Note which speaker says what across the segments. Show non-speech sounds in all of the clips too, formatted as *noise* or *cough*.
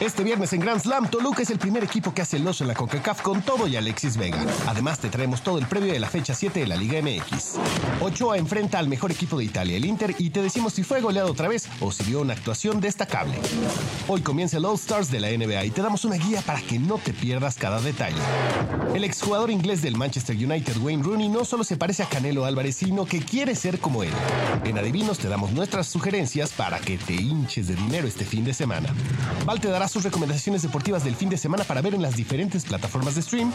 Speaker 1: Este viernes en Grand Slam, Toluca es el primer equipo que hace el oso en la CONCACAF con todo y Alexis Vega. Además, te traemos todo el previo de la fecha 7 de la Liga MX. Ochoa enfrenta al mejor equipo de Italia, el Inter, y te decimos si fue goleado otra vez o si dio una actuación destacable. Hoy comienza el All Stars de la NBA y te damos una guía para que no te pierdas cada detalle. El exjugador inglés del Manchester United, Wayne Rooney, no solo se parece a Canelo Álvarez, sino que quiere ser como él. En Adivinos te damos nuestras sugerencias para que te hinches de dinero este fin de semana. Val te dará sus recomendaciones deportivas del fin de semana para ver en las diferentes plataformas de stream.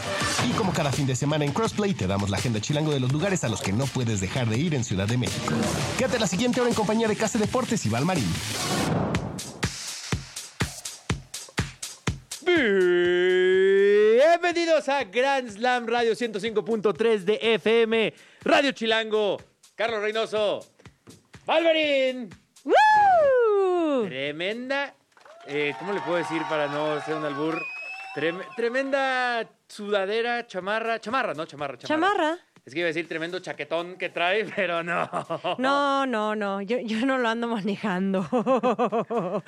Speaker 1: Y como cada fin de semana en Crossplay, te damos la agenda chilango de los lugares a los que no puedes dejar de ir en Ciudad de México. Quédate la siguiente hora en compañía de Case Deportes y Valmarín.
Speaker 2: Bienvenidos a Grand Slam Radio 105.3 de FM, Radio Chilango, Carlos Reynoso, Valverín. Tremenda, eh, ¿cómo le puedo decir para no ser un albur? Trem- tremenda sudadera, chamarra, chamarra, no chamarra, chamarra.
Speaker 3: Chamarra.
Speaker 2: Es que iba a decir tremendo chaquetón que trae, *laughs* pero no.
Speaker 3: No, no, no. Yo, yo no lo ando manejando. *laughs*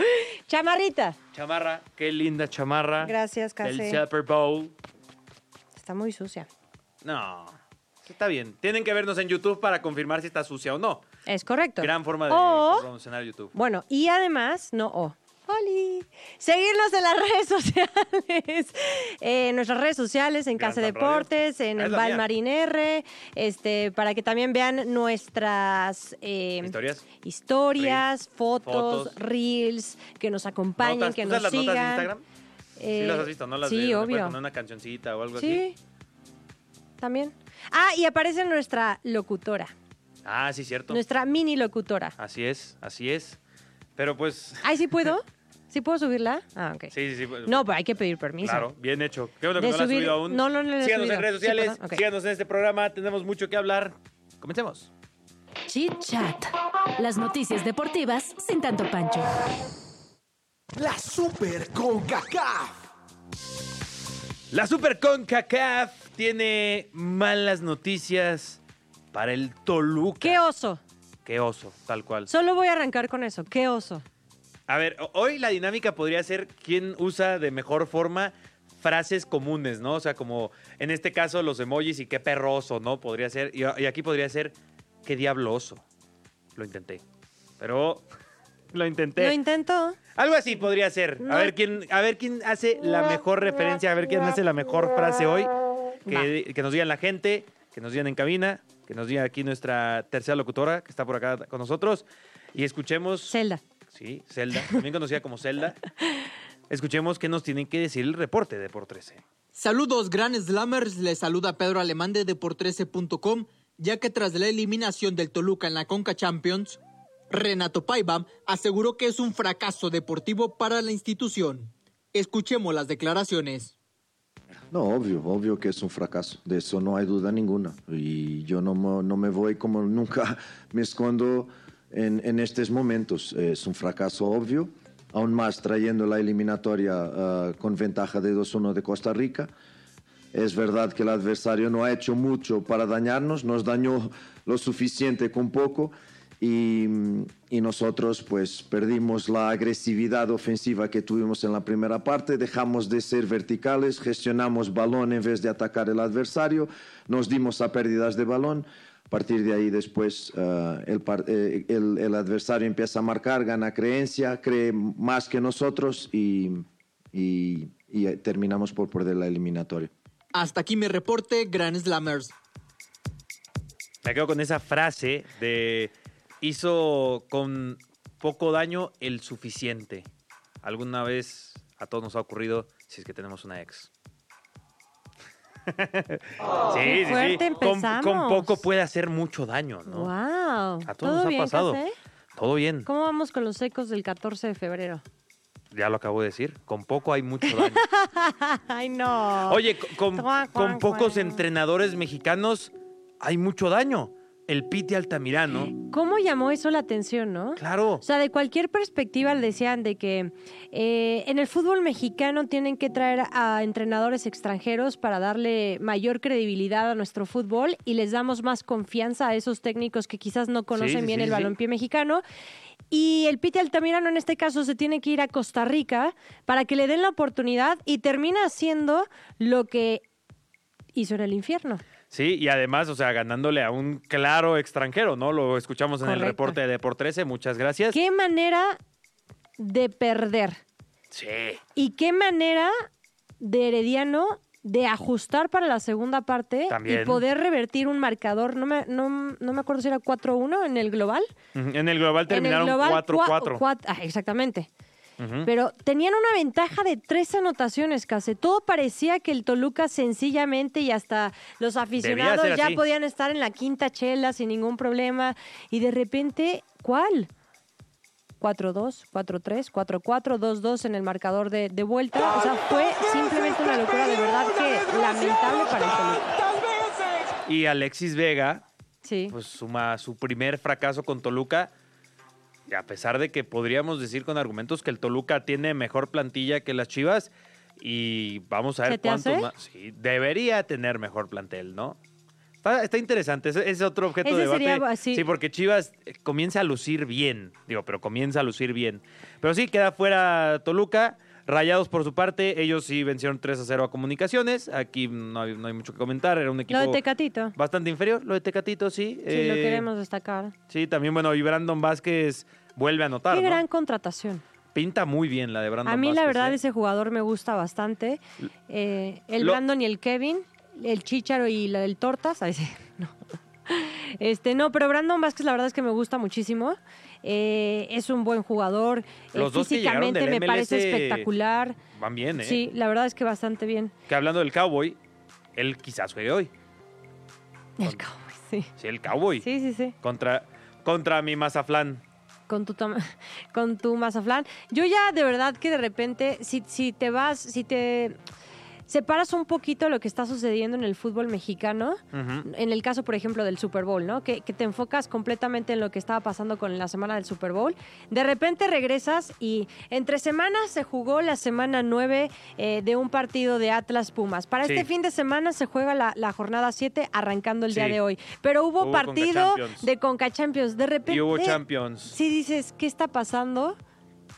Speaker 3: Chamarrita.
Speaker 2: Chamarra, qué linda chamarra.
Speaker 3: Gracias,
Speaker 2: El
Speaker 3: Case.
Speaker 2: Super Bowl.
Speaker 3: Está muy sucia.
Speaker 2: No, está bien. Tienen que vernos en YouTube para confirmar si está sucia o no.
Speaker 3: Es correcto.
Speaker 2: Gran forma de pues,
Speaker 3: O,
Speaker 2: promocionar YouTube.
Speaker 3: bueno, y además, no o. ¡Oli! Seguirnos en las *laughs* redes sociales. Eh, en nuestras redes sociales, en
Speaker 2: Gran
Speaker 3: Casa
Speaker 2: Slam
Speaker 3: Deportes,
Speaker 2: Radio.
Speaker 3: en
Speaker 2: Ah, es la mía.
Speaker 3: Valmarín R, este, para que también vean nuestras eh,
Speaker 2: Historias.
Speaker 3: historias, fotos,
Speaker 2: fotos.
Speaker 3: reels, que nos acompañen,
Speaker 2: Notas.
Speaker 3: que
Speaker 2: ¿Tú
Speaker 3: nos
Speaker 2: usas las
Speaker 3: sigan.
Speaker 2: notas de Instagram? sí,
Speaker 3: Eh,
Speaker 2: las has visto, ¿no? Las
Speaker 3: sí,
Speaker 2: de, donde puedes
Speaker 3: obvio.
Speaker 2: poner una cancioncita o algo
Speaker 3: Sí, también. Ah, y aparece nuestra locutora,
Speaker 2: así. Ah, sí, cierto.
Speaker 3: nuestra mini locutora.
Speaker 2: Así es, así es. Pero pues.
Speaker 3: Ay,
Speaker 2: *laughs*
Speaker 3: ¿sí puedo? ¿Sí puedo subirla? Ah, ok.
Speaker 2: Sí, sí, sí. pues,
Speaker 3: No, pero hay que pedir permiso.
Speaker 2: Claro, bien hecho. Qué bueno que
Speaker 3: De
Speaker 2: no lo has
Speaker 3: subir-
Speaker 2: subido aún.
Speaker 3: no, no, no lo he
Speaker 2: síganos en
Speaker 3: subido.
Speaker 2: redes
Speaker 3: Sí,
Speaker 2: sociales,
Speaker 3: perdón, ok.
Speaker 2: síganos en este programa, tenemos mucho que hablar. Comencemos.
Speaker 4: Chit Chat. Las noticias deportivas sin tanto pancho.
Speaker 1: La Super CONCACAF.
Speaker 2: La Super CONCACAF tiene malas noticias para el Toluca.
Speaker 3: ¡Qué oso!
Speaker 2: Qué oso, tal cual.
Speaker 3: Solo voy a arrancar con eso. ¡Qué oso!
Speaker 2: A ver, o- hoy la dinámica podría ser quién usa de mejor forma frases comunes, ¿no? O sea, como en este caso los emojis y qué perroso, ¿no? Podría ser. Y, y aquí podría ser qué diabloso. Lo intenté. Pero *laughs* lo intenté.
Speaker 3: Lo intento.
Speaker 2: Algo así podría ser. A ver quién, a ver quién hace la mejor referencia, a ver quién hace la mejor frase hoy. Que, que nos digan la gente, que nos digan en cabina, que nos diga aquí nuestra tercera locutora que está por acá con nosotros. Y escuchemos.
Speaker 3: Zelda.
Speaker 2: Sí, Zelda, también conocida como Zelda. Escuchemos qué nos tienen que decir el reporte de por 13.
Speaker 5: Saludos, Gran Slammers. Les saluda Pedro Alemán de Depor13.com, ya que tras la eliminación del Toluca en la Conca Champions, Renato Paiva aseguró que es un fracaso deportivo para la institución. Escuchemos las declaraciones.
Speaker 6: No, obvio, obvio que es un fracaso, de eso no hay duda ninguna. Y yo no, mo- no me voy como nunca, *laughs* me escondo en, en estos momentos. Es un fracaso obvio, aún más trayendo la eliminatoria ah, con ventaja de 2-1 de Costa Rica. Es verdad que el adversario no ha hecho mucho para dañarnos, nos dañó lo suficiente con poco y, y nosotros pues perdimos la agresividad ofensiva que tuvimos en la primera parte, dejamos de ser verticales, gestionamos balón en vez de atacar el adversario, nos dimos a pérdidas de balón. A partir de ahí después ah, el, par- eh, el- el adversario empieza a marcar, gana creencia, cree más que nosotros y, y- y eh, terminamos por perder la eliminatoria.
Speaker 5: Hasta aquí mi reporte, Gran Slammers.
Speaker 2: Me quedo con esa frase de hizo con poco daño el suficiente. Alguna vez a todos nos ha ocurrido si es que tenemos una
Speaker 3: *laughs*
Speaker 2: ex. sí, sí, sí.
Speaker 3: fuerte
Speaker 2: Con,
Speaker 3: empezamos.
Speaker 2: con poco puede hacer mucho daño, ¿no?
Speaker 3: ¡Wow!
Speaker 2: A todos
Speaker 3: ¿Todo
Speaker 2: nos ha
Speaker 3: bien,
Speaker 2: pasado.
Speaker 3: Case?
Speaker 2: Todo bien,
Speaker 3: ¿Cómo vamos con los ecos del 14
Speaker 2: *laughs*
Speaker 3: de febrero?
Speaker 2: ya lo acabo de decir. Con poco hay mucho
Speaker 3: *laughs*
Speaker 2: daño.
Speaker 3: ¡Ay, no!
Speaker 2: Oye, co- con,
Speaker 3: Cuá, cuá,
Speaker 2: con pocos
Speaker 3: cuá.
Speaker 2: entrenadores mexicanos hay mucho daño. el Piti Altamirano.
Speaker 3: ¿Cómo llamó eso la atención, no?
Speaker 2: Claro.
Speaker 3: O sea, de cualquier perspectiva le decían de que eh, en el fútbol mexicano tienen que traer a entrenadores extranjeros para darle mayor credibilidad a nuestro fútbol y les damos más confianza a esos técnicos que quizás no conocen
Speaker 2: sí,
Speaker 3: bien
Speaker 2: sí,
Speaker 3: el
Speaker 2: sí.
Speaker 3: balompié mexicano. Y el Pite Altamirano en este caso se tiene que ir a Costa Rica para que le den la oportunidad y termina haciendo lo que hizo en el infierno.
Speaker 2: Sí, y además, o sea, ganándole a un claro extranjero, ¿no? Lo escuchamos en el
Speaker 3: Correcto.
Speaker 2: reporte de Deport 13. Muchas gracias.
Speaker 3: ¿Qué manera de perder?
Speaker 2: Sí.
Speaker 3: Y qué manera de Herediano de ajustar para la segunda parte
Speaker 2: También.
Speaker 3: y poder revertir un marcador. No me, no, no me acuerdo si era 4-1 en el global.
Speaker 2: Ujú, En el global terminaron
Speaker 3: en el global, cua-
Speaker 2: 4-4.
Speaker 3: cuat- ah, exactamente.
Speaker 2: Ujú.
Speaker 3: Pero tenían una ventaja de tres anotaciones casi. Todo parecía que el Toluca sencillamente y hasta los aficionados
Speaker 2: ser
Speaker 3: ya
Speaker 2: así.
Speaker 3: podían estar en la quinta chela sin ningún problema. Y de repente, ¿cuál? 4-2, 4-3, 4-4, 2-2 en el marcador de, de vuelta. O sea, fue simplemente una locura de verdad que lamentable para el Toluca.
Speaker 2: Y Alexis Vega,
Speaker 3: Sí.
Speaker 2: pues suma su primer fracaso con Toluca. Y a pesar de que podríamos decir con argumentos que el Toluca tiene mejor plantilla que las Chivas. Y vamos a ver
Speaker 3: ¿Se te
Speaker 2: cuántos
Speaker 3: hace?
Speaker 2: más. Sí, debería tener mejor plantel, ¿no? Está, está interesante, ese es otro objeto
Speaker 3: Ese
Speaker 2: de debate.
Speaker 3: sería, sí.
Speaker 2: porque Chivas eh, comienza a lucir bien, digo, pero comienza a lucir bien. Pero sí, queda fuera Toluca, rayados por su parte, ellos sí vencieron 3 a 0 a Comunicaciones, aquí no hay, no hay mucho que comentar, era un equipo
Speaker 3: Lo de Tecatito.
Speaker 2: bastante inferior, lo de Tecatito, sí.
Speaker 3: Si lo
Speaker 2: eh,
Speaker 3: queremos destacar.
Speaker 2: Sí, también, bueno, y Brandon Vázquez vuelve a anotar,
Speaker 3: Qué
Speaker 2: ¿no?
Speaker 3: gran contratación.
Speaker 2: Pinta muy bien la de Brandon
Speaker 3: A mí la
Speaker 2: Vázquez,
Speaker 3: verdad
Speaker 2: ¿eh?
Speaker 3: ese jugador me gusta bastante. Eh, el
Speaker 2: Lo-
Speaker 3: Brandon y el Kevin, el Chicharo y la del Tortas. Ay, sí, *laughs* no. Este, no, pero Brandon Vázquez la verdad es que me gusta muchísimo. Eh, es un buen jugador. Eh,
Speaker 2: Los dos que llegaron
Speaker 3: físicamente
Speaker 2: del
Speaker 3: me parece
Speaker 2: MLS
Speaker 3: espectacular.
Speaker 2: Van bien, ¿eh?
Speaker 3: Sí, la verdad es que bastante bien.
Speaker 2: Que hablando del Cowboy, él quizás juegue hoy.
Speaker 3: El Cowboy, *laughs* sí.
Speaker 2: Sí, el Cowboy.
Speaker 3: Sí, sí, sí.
Speaker 2: Contra, contra mi Mazaflán.
Speaker 3: con tu, tama- *laughs* con tu mazaflán. Yo ya de verdad que de repente, si, si te vas, si te separas un poquito de lo que está sucediendo en el fútbol mexicano,
Speaker 2: Ujú.
Speaker 3: en el caso, por ejemplo, del Super Bowl, ¿no? Que, que te enfocas completamente en lo que estaba pasando con la semana del Super Bowl. De repente regresas y entre semanas se jugó la semana 9 eh, de un partido de Atlas Pumas. Para
Speaker 2: Sí.
Speaker 3: este fin de semana se juega la, la jornada 7 arrancando el día
Speaker 2: Sí.
Speaker 3: de hoy. Pero hubo,
Speaker 2: Hubo
Speaker 3: partido
Speaker 2: Conca Champions.
Speaker 3: de Conca Champions. De repente
Speaker 2: Y hubo Champions.
Speaker 3: si dices, ¿qué está pasando?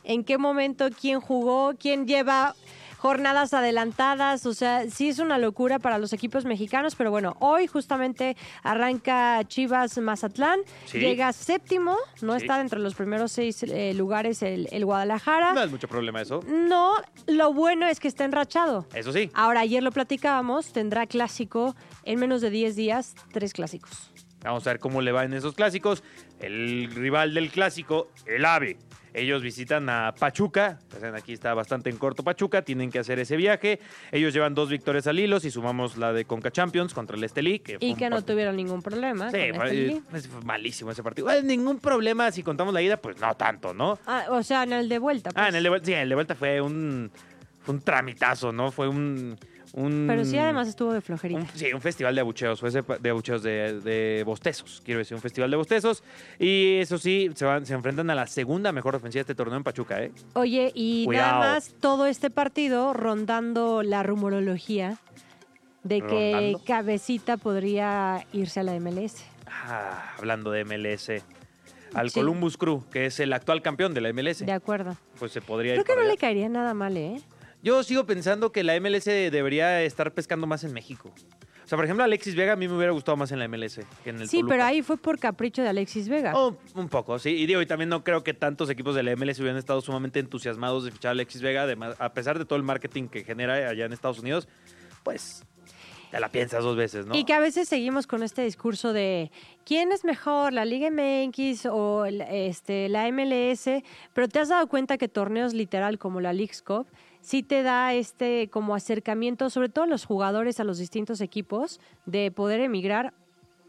Speaker 3: ¿En qué momento? ¿Quién jugó? ¿Quién lleva jornadas adelantadas? O sea, sí es una locura para los equipos mexicanos, pero bueno, hoy justamente arranca Chivas Mazatlán,
Speaker 2: Sí.
Speaker 3: llega séptimo, no
Speaker 2: Sí.
Speaker 3: está entre los primeros seis eh, lugares el, el Guadalajara.
Speaker 2: No es mucho problema eso.
Speaker 3: No, lo bueno es que está enrachado.
Speaker 2: Eso sí.
Speaker 3: Ahora, ayer lo platicábamos, tendrá clásico en menos de 10 días, tres clásicos.
Speaker 2: Vamos a ver cómo le va en esos clásicos. El rival del clásico, el AVE. Ellos visitan a Pachuca. O sea, Aquí está bastante en corto Pachuca. Tienen que hacer ese viaje. Ellos llevan dos victorias al hilo. Si sumamos la de Conca Champions contra el Estelí. Que fue
Speaker 3: Y
Speaker 2: un
Speaker 3: que no
Speaker 2: partido-
Speaker 3: tuvieron ningún problema.
Speaker 2: Sí,
Speaker 3: con
Speaker 2: fue-
Speaker 3: este Lille.
Speaker 2: es- fue malísimo ese partido. Bueno, ningún problema si contamos la ida, pues no tanto, ¿no?
Speaker 3: Ah, o sea, en el de vuelta.
Speaker 2: Ah,
Speaker 3: pues.
Speaker 2: en el de vuelta, sí, en el de vuelta fue un, fue un tramitazo, ¿no? Fue un, un-
Speaker 3: Pero sí, además estuvo de flojerita.
Speaker 2: mm, un- sí, un festival de abucheos, fue ese pa- de abucheos de, de bostezos, quiero decir, un festival de bostezos. Y eso sí, se, van, se enfrentan a la segunda mejor ofensiva de este torneo en Pachuca, ¿eh?
Speaker 3: Oye, y
Speaker 2: Cuidado.
Speaker 3: nada más todo este partido rondando la rumorología de que
Speaker 2: ¿Rondando?
Speaker 3: Cabecita podría irse a la MLS.
Speaker 2: Ah, hablando de MLS. Al
Speaker 3: Sí.
Speaker 2: Columbus Crew, que es el actual campeón de la MLS,
Speaker 3: De acuerdo.
Speaker 2: pues se podría ir
Speaker 3: Creo que
Speaker 2: para
Speaker 3: no
Speaker 2: allá.
Speaker 3: le caería nada mal, ¿eh?
Speaker 2: Yo sigo pensando que la MLS debería estar pescando más en México. O sea, por ejemplo, Alexis Vega a mí me hubiera gustado más en la MLS que en el
Speaker 3: Sí,
Speaker 2: Toluca.
Speaker 3: pero ahí fue por capricho de Alexis Vega.
Speaker 2: Oh, un poco, sí. Y digo, y también no creo que tantos equipos de la MLS hubieran estado sumamente entusiasmados de fichar a Alexis Vega, además, a pesar de todo el marketing que genera allá en Estados Unidos, pues te la piensas dos veces, ¿no?
Speaker 3: Y que a veces seguimos con este discurso de quién es mejor, la Liga MX o el- este, la MLS, pero te has dado cuenta que torneos literal como la League's Cup sí te da este como acercamiento, sobre todo a los jugadores a los distintos equipos, de poder emigrar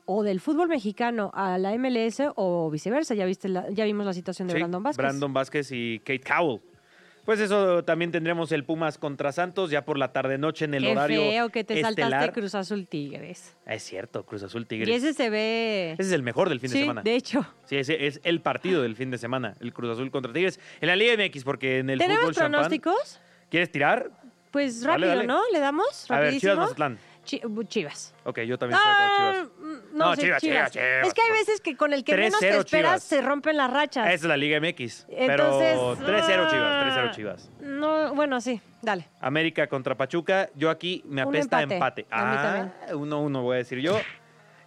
Speaker 3: o del fútbol mexicano a la MLS o viceversa. Ya, viste la- ya vimos la situación de
Speaker 2: Sí,
Speaker 3: Brandon Vázquez.
Speaker 2: Brandon Vázquez y Kate Cowell. Pues eso también tendremos el Pumas contra Santos ya por la tarde-noche en el
Speaker 3: Qué
Speaker 2: horario
Speaker 3: feo que te
Speaker 2: estelar.
Speaker 3: saltaste Cruz Azul Tigres.
Speaker 2: Ah, Es cierto, Cruz Azul Tigres.
Speaker 3: Y ese se ve...
Speaker 2: Ese es el mejor del fin de
Speaker 3: sí,
Speaker 2: semana.
Speaker 3: de hecho.
Speaker 2: Sí, ese es el partido del fin de semana, el Cruz Azul contra Tigres. En la Liga MX, porque en el
Speaker 3: ¿Tenemos
Speaker 2: fútbol champán-
Speaker 3: pronósticos?
Speaker 2: ¿Quieres tirar?
Speaker 3: Pues
Speaker 2: Dale,
Speaker 3: rápido,
Speaker 2: dale.
Speaker 3: ¿no? ¿Le damos?
Speaker 2: A ver,
Speaker 3: Rapidísimo.
Speaker 2: Chivas Mazatlán.
Speaker 3: Chi- bu- Chivas.
Speaker 2: Ok, yo también estoy de acuerdo,
Speaker 3: Ah,
Speaker 2: Chivas.
Speaker 3: mm, no,
Speaker 2: No,
Speaker 3: sé,
Speaker 2: Chivas, Chivas,
Speaker 3: Chivas,
Speaker 2: Chivas.
Speaker 3: Es que hay veces que con el que menos te
Speaker 2: 3-0
Speaker 3: esperas
Speaker 2: Chivas.
Speaker 3: se rompen las rachas.
Speaker 2: Esa es la Liga MX.
Speaker 3: Ah, Entonces,
Speaker 2: pero 3-0
Speaker 3: ah,
Speaker 2: Chivas, 3-0 Chivas.
Speaker 3: No, bueno, sí, dale.
Speaker 2: América contra Pachuca. Yo aquí me
Speaker 3: Un
Speaker 2: apesta
Speaker 3: empate.
Speaker 2: empate.
Speaker 3: A mí
Speaker 2: Ah, 1-1 voy a decir yo.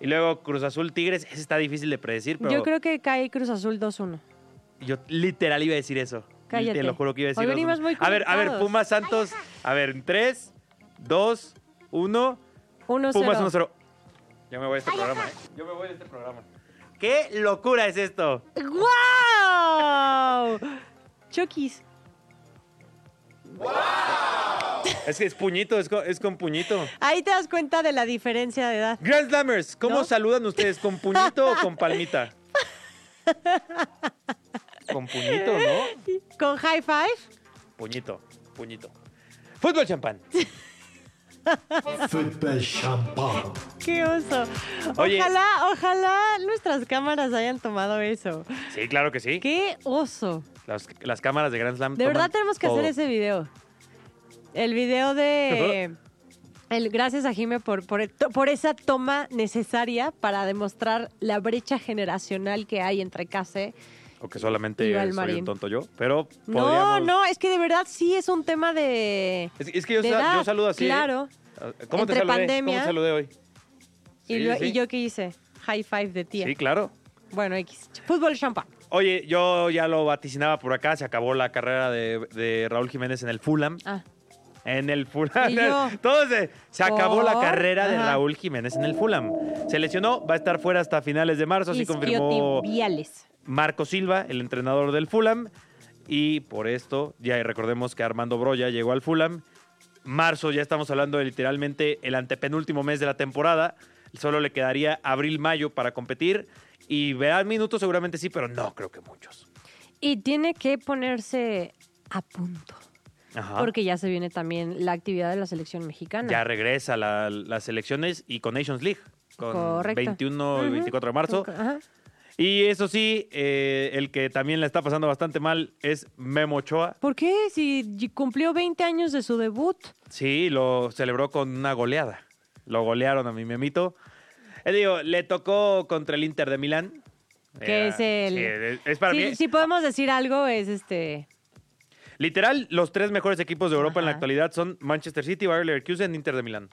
Speaker 2: Y luego Cruz Azul Tigres. Ese está difícil de predecir, pero
Speaker 3: Yo
Speaker 2: yo,
Speaker 3: creo que cae Cruz Azul 2-1.
Speaker 2: literal iba a decir eso.
Speaker 3: Cállate.
Speaker 2: Te lo juro que iba a decir
Speaker 3: Hoy
Speaker 2: eso.
Speaker 3: venimos muy
Speaker 2: A ver, a ver,
Speaker 3: conectados.
Speaker 2: Pumas Santos. A ver, en 3, 2, 1.
Speaker 3: 1-0.
Speaker 2: Pumas 1-0. Yo me voy de este programa, ¿eh? Yo me voy de este programa. ¡Qué locura es esto!
Speaker 3: ¡Guau! Chokis.
Speaker 2: Es que es puñito, es con, es con puñito.
Speaker 3: Ahí te das cuenta de la diferencia de edad.
Speaker 2: Grand Slammers, ¿cómo
Speaker 3: ¿No?
Speaker 2: saludan ustedes? ¿Con puñito o con palmita?
Speaker 3: *laughs*
Speaker 2: Con puñito, ¿no?
Speaker 3: Con high five.
Speaker 2: Puñito, puñito. Fútbol champán.
Speaker 7: Football champagne.
Speaker 3: Qué oso.
Speaker 2: Oye.
Speaker 3: Ojalá, ojalá nuestras cámaras hayan tomado eso.
Speaker 2: Sí, claro que sí.
Speaker 3: Qué oso.
Speaker 2: Las, las cámaras de Grand Slam.
Speaker 3: De
Speaker 2: toman
Speaker 3: verdad tenemos que
Speaker 2: todo.
Speaker 3: hacer ese video. El
Speaker 2: *laughs*
Speaker 3: video de... El, gracias a Jime por, por, por esa toma necesaria para demostrar la brecha generacional que hay entre Case.
Speaker 2: O que
Speaker 3: Y
Speaker 2: solamente soy
Speaker 3: Valmarín.
Speaker 2: un tonto yo, pero
Speaker 3: No,
Speaker 2: podríamos...
Speaker 3: no, es que de verdad sí es un tema de...
Speaker 2: Es, es que yo,
Speaker 3: de
Speaker 2: sa- yo
Speaker 3: edad,
Speaker 2: saludo así. ¿eh?
Speaker 3: Claro.
Speaker 2: ¿Cómo
Speaker 3: Entre
Speaker 2: te saludé?
Speaker 3: pandemia.
Speaker 2: ¿Cómo te saludé hoy?
Speaker 3: y,
Speaker 2: Sí,
Speaker 3: lo-
Speaker 2: sí.
Speaker 3: y yo qué hice? High five de tía.
Speaker 2: Sí, claro.
Speaker 3: Bueno, X. Fútbol champán.
Speaker 2: Oye, yo ya lo vaticinaba por acá, se acabó la carrera de, de Raúl Jiménez en el Fulham.
Speaker 3: Ah.
Speaker 2: En el Fulham.
Speaker 3: Y yo.
Speaker 2: *laughs* Todo se, se acabó la
Speaker 3: Por-
Speaker 2: carrera de
Speaker 3: Ajá.
Speaker 2: Raúl Jiménez en el Fulham. Se lesionó, va a estar fuera hasta finales de marzo, así confirmó
Speaker 3: Isquiotibiales.
Speaker 2: Marco Silva, el entrenador del Fulham. Y por esto, ya recordemos que Armando Broya llegó al Fulham. Marzo, ya estamos hablando de literalmente el antepenúltimo mes de la temporada. Solo le quedaría abril-mayo para competir. Y verán minutos seguramente sí, pero no creo que muchos.
Speaker 3: Y tiene que ponerse a punto.
Speaker 2: Ajá.
Speaker 3: Porque ya se viene también la actividad de la selección mexicana.
Speaker 2: Ya regresa la- las elecciones y con Nations League. Con
Speaker 3: Correcto.
Speaker 2: 21 y
Speaker 3: Ujú.
Speaker 2: 24 de marzo.
Speaker 3: Ajá.
Speaker 2: Y eso sí, eh, el que también la está pasando bastante mal es Memo Ochoa.
Speaker 3: ¿Por qué? Si y- cumplió 20 años de su debut.
Speaker 2: Sí, lo celebró con una goleada. Lo golearon a mi memito. Eh, digo, le tocó contra el Inter de Milán.
Speaker 3: Que
Speaker 2: Eh,
Speaker 3: es el-
Speaker 2: sí, es- es para
Speaker 3: si,
Speaker 2: mí.
Speaker 3: si podemos decir algo, es este.
Speaker 2: Literal, los tres mejores equipos de Europa en la
Speaker 3: Ajá.
Speaker 2: actualidad son Manchester City, Bayer Leverkusen, Inter de Milán.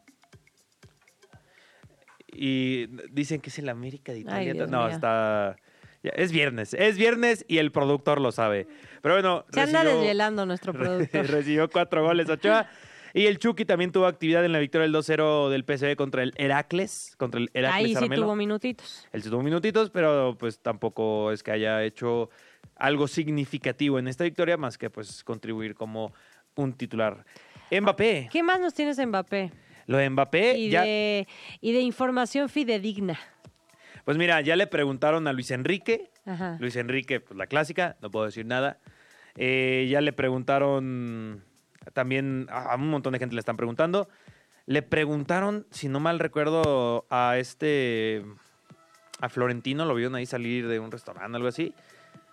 Speaker 2: Y dicen que es el América de Italia.
Speaker 3: Dios
Speaker 2: no,
Speaker 3: mío.
Speaker 2: está... ya, es viernes. Es viernes y el productor lo sabe. Pero bueno...
Speaker 3: Se anda
Speaker 2: recibió-
Speaker 3: desvelando nuestro productor.
Speaker 2: *laughs* Recibió cuatro goles Ochoa. Y el Chucky también tuvo actividad en la victoria del 2-0 del PSV contra el Heracles. Contra el Heracles
Speaker 3: Ahí sí
Speaker 2: Armelo.
Speaker 3: tuvo minutitos.
Speaker 2: Él sí tuvo minutitos, pero pues tampoco es que haya hecho algo significativo en esta victoria, más que pues contribuir como un titular. Mbappé.
Speaker 3: ¿Qué más nos tienes de Mbappé?
Speaker 2: Lo de Mbappé
Speaker 3: y,
Speaker 2: Eh, ya...
Speaker 3: de, y de información fidedigna.
Speaker 2: Pues mira, ya le preguntaron a Luis Enrique.
Speaker 3: Ajá.
Speaker 2: Luis Enrique, pues la clásica, no puedo decir nada. Eh, ya le preguntaron también, a a un montón de gente le están preguntando. Le preguntaron, si no mal recuerdo, a este, a Florentino, lo vieron ahí salir de un restaurante, algo así.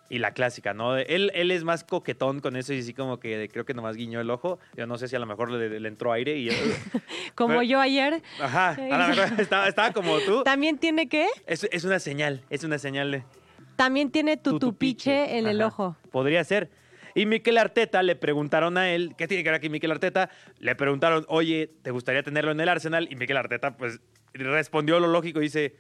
Speaker 2: Y la clásica, ¿no? De- Él, él es más coquetón con eso y sí como que creo que nomás guiñó el ojo. Yo no sé si a lo mejor le, le entró aire y... *laughs*
Speaker 3: Como
Speaker 2: Pero-
Speaker 3: yo ayer.
Speaker 2: Ajá, a lo mejor estaba, estaba como ¿eh? Ah, tú.
Speaker 3: También tiene qué?
Speaker 2: Es, es una señal, es una señal de...
Speaker 3: También tiene tutupiche
Speaker 2: tutupiche.
Speaker 3: en el
Speaker 2: Ajá.
Speaker 3: ojo.
Speaker 2: Podría ser. Y Miquel Arteta le preguntaron a él, ¿qué tiene que ver aquí Miquel Arteta? Le preguntaron, oye, ¿te gustaría tenerlo en el Arsenal? Y Miquel Arteta, pues, respondió lo lógico y dice,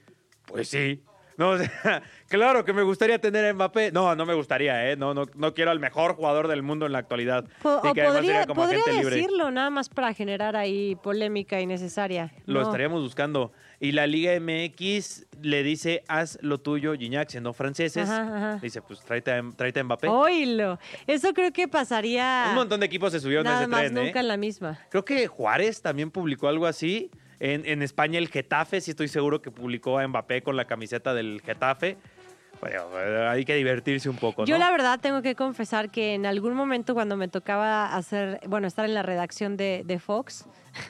Speaker 2: pues sí. No, *laughs* o sea, claro que me gustaría tener a Mbappé. No, no me gustaría, ¿eh? No, no, no quiero al mejor jugador del mundo en la actualidad.
Speaker 3: Po-
Speaker 2: Y
Speaker 3: o
Speaker 2: que además
Speaker 3: podría,
Speaker 2: sería como
Speaker 3: podría
Speaker 2: agente libre.
Speaker 3: decirlo, nada más para generar ahí polémica innecesaria.
Speaker 2: Lo
Speaker 3: No.
Speaker 2: estaríamos buscando. Y la Liga MX le dice, haz lo tuyo, Gignac, siendo franceses.
Speaker 3: Ajá, ajá.
Speaker 2: Dice, pues, tráete a, tráete a Mbappé.
Speaker 3: Oílo. Eso creo que pasaría.
Speaker 2: Un montón de equipos se subieron a
Speaker 3: Nada
Speaker 2: ese
Speaker 3: más
Speaker 2: tren, ¿eh?
Speaker 3: nunca en la misma.
Speaker 2: Creo que Juárez también publicó algo así. En, en España el Getafe, sí estoy seguro que publicó a Mbappé con la camiseta del Getafe. Bueno, pero hay que divertirse un poco, ¿no?
Speaker 3: Yo la verdad tengo que confesar que en algún momento cuando me tocaba hacer, bueno, estar en la redacción de, de Fox, *laughs*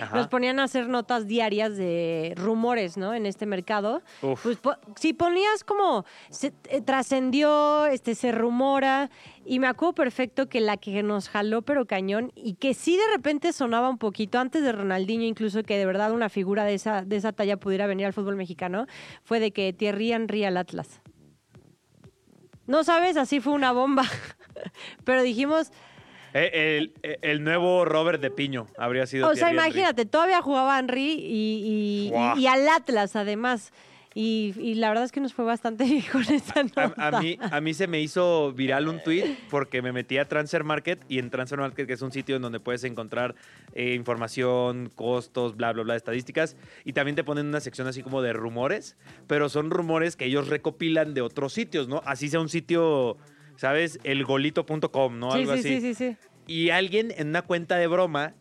Speaker 2: Ajá.
Speaker 3: nos ponían a hacer notas diarias de rumores, ¿no? En este mercado.
Speaker 2: Uf.
Speaker 3: Pues po- si ponías como se- eh, trascendió, este se rumora y me acuerdo perfecto que la que nos jaló pero cañón y que sí de repente sonaba un poquito antes de Ronaldinho incluso que de verdad una figura de esa de esa talla pudiera venir al fútbol mexicano fue de que Thierry Henry al Atlas. No sabes, así fue una bomba. *laughs* pero dijimos,
Speaker 2: Eh, el, el nuevo Robert de Piño habría sido.
Speaker 3: O sea,
Speaker 2: Thierry Henry.
Speaker 3: imagínate, todavía jugaba Henry y, y-
Speaker 2: Guau.
Speaker 3: y- y al Atlas, además. Y, y la verdad es que nos fue bastante *laughs* bien con esta nota. *laughs*
Speaker 2: A, a mí, a mí se me hizo viral un tweet porque me metí a Transfer Market y en Transfer Market, que es un sitio en donde puedes encontrar eh, información, costos, bla, bla, bla, estadísticas, y también te ponen una sección así como de rumores, pero son rumores que ellos recopilan de otros sitios, ¿no? Así sea un sitio, ¿sabes? Elgolito.com, ¿no?
Speaker 3: sí,
Speaker 2: Algo
Speaker 3: sí,
Speaker 2: así.
Speaker 3: sí, sí, sí.
Speaker 2: Y alguien en una cuenta de broma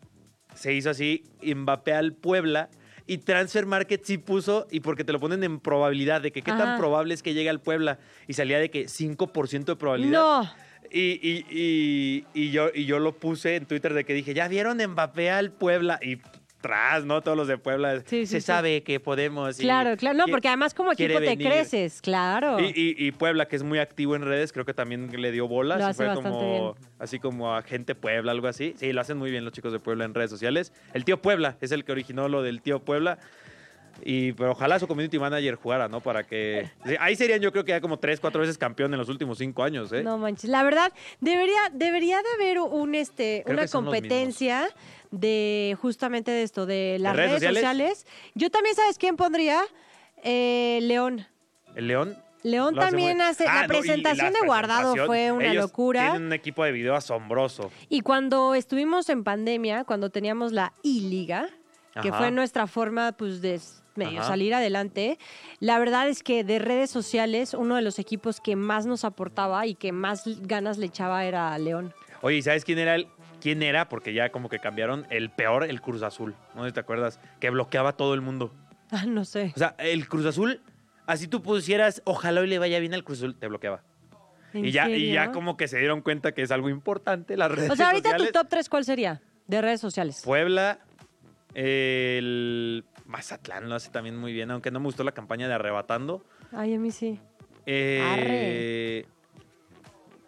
Speaker 2: se hizo así, Mbappé al Puebla. Y Transfer Market sí puso, y porque te lo ponen en probabilidad, de que qué
Speaker 3: Ajá.
Speaker 2: tan probable es que llegue al Puebla. Y salía de que 5% de probabilidad.
Speaker 3: No,
Speaker 2: Y, y- y- y yo, y yo lo puse en Twitter de que dije, ya vieron Mbappé al Puebla. Y tras, ¿no? Todos los de Puebla.
Speaker 3: Sí, sí,
Speaker 2: se
Speaker 3: sí.
Speaker 2: sabe que podemos. y
Speaker 3: claro, claro. No,
Speaker 2: qui-
Speaker 3: porque además como
Speaker 2: quiere
Speaker 3: equipo te
Speaker 2: venir.
Speaker 3: creces, claro.
Speaker 2: Y, y- y Puebla, que es muy activo en redes, creo que también le dio bolas.
Speaker 3: Lo
Speaker 2: y
Speaker 3: hace
Speaker 2: fue
Speaker 3: bastante
Speaker 2: como, así como a gente Puebla, algo así. Sí, lo hacen muy bien los chicos de Puebla en redes sociales. El tío Puebla es el que originó lo del tío Puebla. Y, pero ojalá su community manager jugara, ¿no? Para que. sí, Ahí serían, yo creo que ya como tres, cuatro veces campeón en los últimos cinco años, ¿eh?
Speaker 3: No manches. La verdad, debería, debería de haber un este,
Speaker 2: Creo
Speaker 3: una
Speaker 2: que son los
Speaker 3: competencia de justamente de esto, de las
Speaker 2: redes
Speaker 3: redes sociales?
Speaker 2: sociales?
Speaker 3: Yo también, ¿sabes quién pondría? Eh, León.
Speaker 2: El León.
Speaker 3: León
Speaker 2: lo muy
Speaker 3: también
Speaker 2: bien.
Speaker 3: hace-
Speaker 2: no,
Speaker 3: la
Speaker 2: y- y
Speaker 3: presentación de Guardado
Speaker 2: presentación,
Speaker 3: fue una
Speaker 2: ellos
Speaker 3: locura.
Speaker 2: Tienen un equipo de video asombroso.
Speaker 3: Y cuando estuvimos en pandemia, cuando teníamos la I-Liga, que
Speaker 2: Ajá.
Speaker 3: fue nuestra forma pues, de s- medio
Speaker 2: Ajá.
Speaker 3: salir adelante, la verdad es que de redes sociales, uno de los equipos que más nos aportaba y que más l- ganas le echaba era a León. *laughs*
Speaker 2: Oye, ¿y sabes quién era el, quién era? Porque ya como que cambiaron el peor, el Cruz Azul. No sé si te acuerdas, que bloqueaba a todo el mundo.
Speaker 3: Ah, no sé.
Speaker 2: O sea, el Cruz Azul, así tú pusieras, ojalá hoy le vaya bien al Cruz Azul, te bloqueaba.
Speaker 3: ¿En
Speaker 2: Y ya, y ya
Speaker 3: serio?
Speaker 2: como que se dieron cuenta que es algo importante las redes
Speaker 3: O sea, ahorita
Speaker 2: sociales.
Speaker 3: tu top 3, ¿cuál sería? De redes sociales.
Speaker 2: Puebla, el Mazatlán lo hace también muy bien, aunque no me gustó la campaña de arrebatando.
Speaker 3: Ay, a mí sí.
Speaker 2: Eh,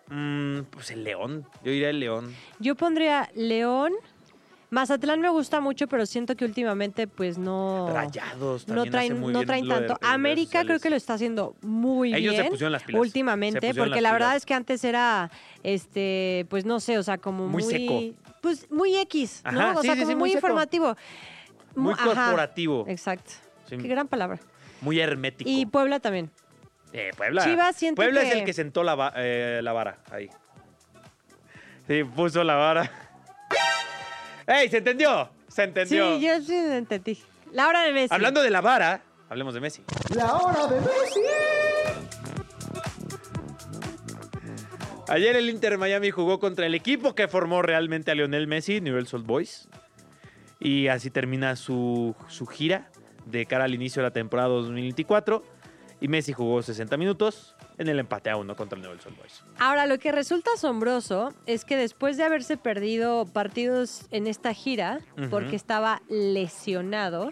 Speaker 2: mm, pues el León, yo diría el León.
Speaker 3: Yo pondría León. Mazatlán me gusta mucho, pero siento que últimamente pues no...
Speaker 2: Rayados también
Speaker 3: no
Speaker 2: hace
Speaker 3: traen,
Speaker 2: muy
Speaker 3: no
Speaker 2: bien
Speaker 3: traen
Speaker 2: lo de
Speaker 3: tanto.
Speaker 2: redes
Speaker 3: América creo
Speaker 2: sociales.
Speaker 3: que lo está haciendo muy
Speaker 2: Ellos se
Speaker 3: bien.
Speaker 2: pusieron las pilas. Se
Speaker 3: Últimamente,
Speaker 2: pusieron
Speaker 3: porque
Speaker 2: las
Speaker 3: la verdad
Speaker 2: pilas.
Speaker 3: es que antes era, este, pues no sé, o sea, como
Speaker 2: Muy
Speaker 3: muy,
Speaker 2: seco.
Speaker 3: Pues muy X, ¿no?
Speaker 2: Ajá,
Speaker 3: o
Speaker 2: sí,
Speaker 3: sea,
Speaker 2: sí,
Speaker 3: como
Speaker 2: sí, muy
Speaker 3: muy
Speaker 2: seco.
Speaker 3: informativo.
Speaker 2: Muy
Speaker 3: Ajá,
Speaker 2: corporativo,
Speaker 3: Exacto.
Speaker 2: Sí.
Speaker 3: Qué gran palabra.
Speaker 2: muy hermético.
Speaker 3: Y Puebla también.
Speaker 2: Eh, Puebla.
Speaker 3: Chivas, siento
Speaker 2: Puebla es
Speaker 3: que-
Speaker 2: el que sentó la, va- eh, la vara ahí. Sí, puso la vara. *laughs* ¡Ey! ¿Se entendió? Se
Speaker 3: Sí,
Speaker 2: entendió.
Speaker 3: yo sí entendí. Laura de Messi.
Speaker 2: Hablando de la vara, hablemos de Messi.
Speaker 7: La hora de Messi.
Speaker 2: Ayer el Inter Miami jugó contra el equipo que formó realmente a Lionel Messi, New Old Boys. Y así termina su, su gira de cara al inicio de la temporada 2024. Y Messi jugó 60 minutos en el empate a uno contra el New Old Boys.
Speaker 3: Ahora, lo que resulta asombroso es que después de haberse perdido partidos en esta gira,
Speaker 2: Ujú.
Speaker 3: porque estaba lesionado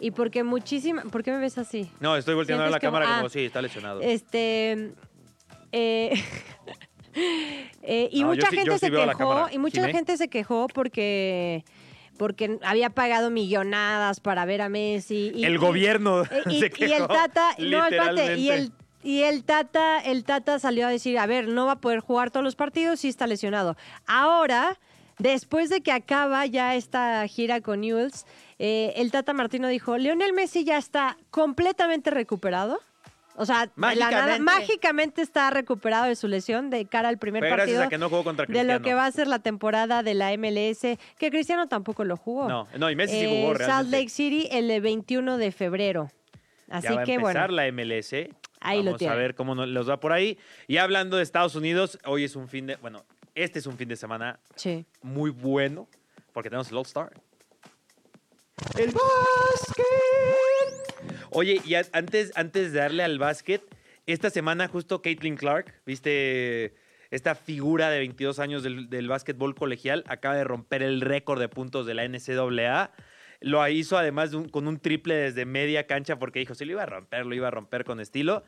Speaker 3: y porque muchísima... ¿Por qué me ves así?
Speaker 2: No, estoy volteando a la
Speaker 3: Sientes como,
Speaker 2: cámara como,
Speaker 3: ah,
Speaker 2: sí, está lesionado.
Speaker 3: Este... eh, *laughs* eh, y
Speaker 2: No, yo
Speaker 3: mucha
Speaker 2: sí- yo
Speaker 3: gente
Speaker 2: sí
Speaker 3: se
Speaker 2: veo a la
Speaker 3: quejó,
Speaker 2: cámara.
Speaker 3: y mucha
Speaker 2: Jimé.
Speaker 3: gente se quejó porque... Porque había pagado millonadas para ver a Messi. y-
Speaker 2: el
Speaker 3: y-
Speaker 2: gobierno
Speaker 3: eh,
Speaker 2: *laughs*
Speaker 3: y,
Speaker 2: se
Speaker 3: y el
Speaker 2: quejó,
Speaker 3: Tata, no, espérate, y
Speaker 2: literalmente.
Speaker 3: el y el Tata, el Tata salió a decir, a ver, no va a poder jugar todos los partidos si está lesionado. Ahora, después de que acaba ya esta gira con Newell's, eh, el Tata Martino dijo, Lionel Messi ya está completamente recuperado. O sea, de la nada-
Speaker 2: Mágicamente.
Speaker 3: mágicamente está recuperado de su lesión de cara al primer
Speaker 2: Fue gracias
Speaker 3: partido
Speaker 2: a que no jugó contra
Speaker 3: de
Speaker 2: Cristiano.
Speaker 3: lo que va a ser la temporada de la MLS, que Cristiano tampoco lo jugó. Eh,
Speaker 2: No, no, y Messi sí jugó
Speaker 3: Salt
Speaker 2: realmente.
Speaker 3: Lake City el de 21 de febrero. Así
Speaker 2: ya va a
Speaker 3: que
Speaker 2: empezar
Speaker 3: bueno.
Speaker 2: la MLS.
Speaker 3: Ahí lo
Speaker 2: Vamos a
Speaker 3: tiene.
Speaker 2: ver cómo nos- los va por ahí. Y hablando de Estados Unidos, hoy es un fin de, bueno, este es un fin de semana
Speaker 3: Sí.
Speaker 2: muy bueno porque tenemos el All Star.
Speaker 7: El básquet.
Speaker 2: Oye, y a- antes, antes de darle al básquet, Esta semana justo Caitlin Clark, viste esta figura de 22 años del, del básquetbol colegial, acaba de romper el récord de puntos de la NCAA. Lo hizo además de un- con un triple desde media cancha porque dijo, si lo iba a romper, lo iba a romper con estilo.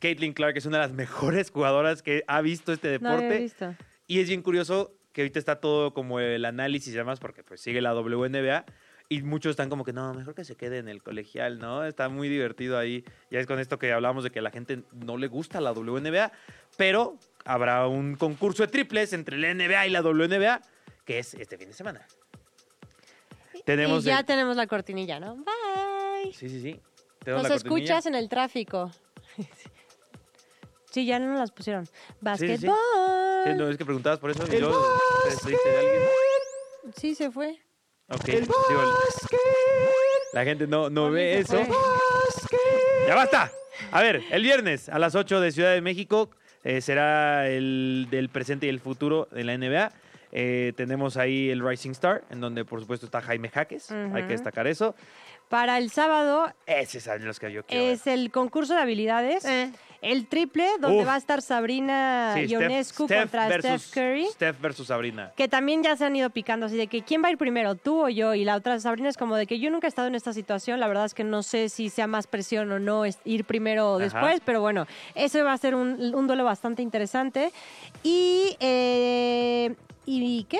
Speaker 2: Caitlin Clark es una de las *laughs* mejores jugadoras que ha visto este
Speaker 3: No había
Speaker 2: deporte.
Speaker 3: visto.
Speaker 2: Y es bien curioso que ahorita está todo como el análisis y demás, porque pues sigue la WNBA. Y muchos están como que, no, mejor que se quede en el colegial, ¿no? Está muy divertido ahí. Ya es con esto que hablamos de que a la gente no le gusta la WNBA. Pero habrá un concurso de triples entre la NBA y la WNBA, que es este fin de semana. Tenemos...
Speaker 3: y ya
Speaker 2: el-
Speaker 3: tenemos la cortinilla, ¿no? Bye.
Speaker 2: Sí, sí, sí. Tenemos
Speaker 3: Nos
Speaker 2: la cortinilla.
Speaker 3: escuchas en el tráfico. *laughs* sí, ya no nos las pusieron.
Speaker 2: sí, sí.
Speaker 3: Basketball.
Speaker 2: Sí, no, es que preguntabas por eso. y
Speaker 7: El
Speaker 2: yo- ¿te diste de alguien?
Speaker 3: Sí, se fue.
Speaker 2: Ok,
Speaker 7: El
Speaker 2: digo,
Speaker 7: básquet.
Speaker 2: la gente no, no ve
Speaker 3: se
Speaker 2: eso.
Speaker 3: fue.
Speaker 7: Básquet.
Speaker 2: ¡Ya basta! A ver, el viernes a las 8 de Ciudad de México eh, será el del presente y el futuro de la NBA. Eh, tenemos ahí el Rising Star, en donde por supuesto está Jaime Jaques. Hay que destacar eso.
Speaker 3: Para el sábado
Speaker 2: Ese es los que yo quiero. ver.
Speaker 3: es el concurso de habilidades. El triple, donde
Speaker 2: Uf.
Speaker 3: va a estar Sabrina
Speaker 2: Sí, Steph-
Speaker 3: Ionescu
Speaker 2: Steph
Speaker 3: contra
Speaker 2: versus-
Speaker 3: Steph Curry.
Speaker 2: Steph versus Sabrina.
Speaker 3: Que también ya se han ido picando, así de que quién va a ir primero, tú o yo. Y la otra, Sabrina, es como de que yo nunca he estado en esta situación. La verdad es que no sé si sea más presión o no es ir primero o
Speaker 2: Ajá.
Speaker 3: después, pero bueno, eso va a ser un, un duelo bastante interesante. Y. eh, ¿Y qué?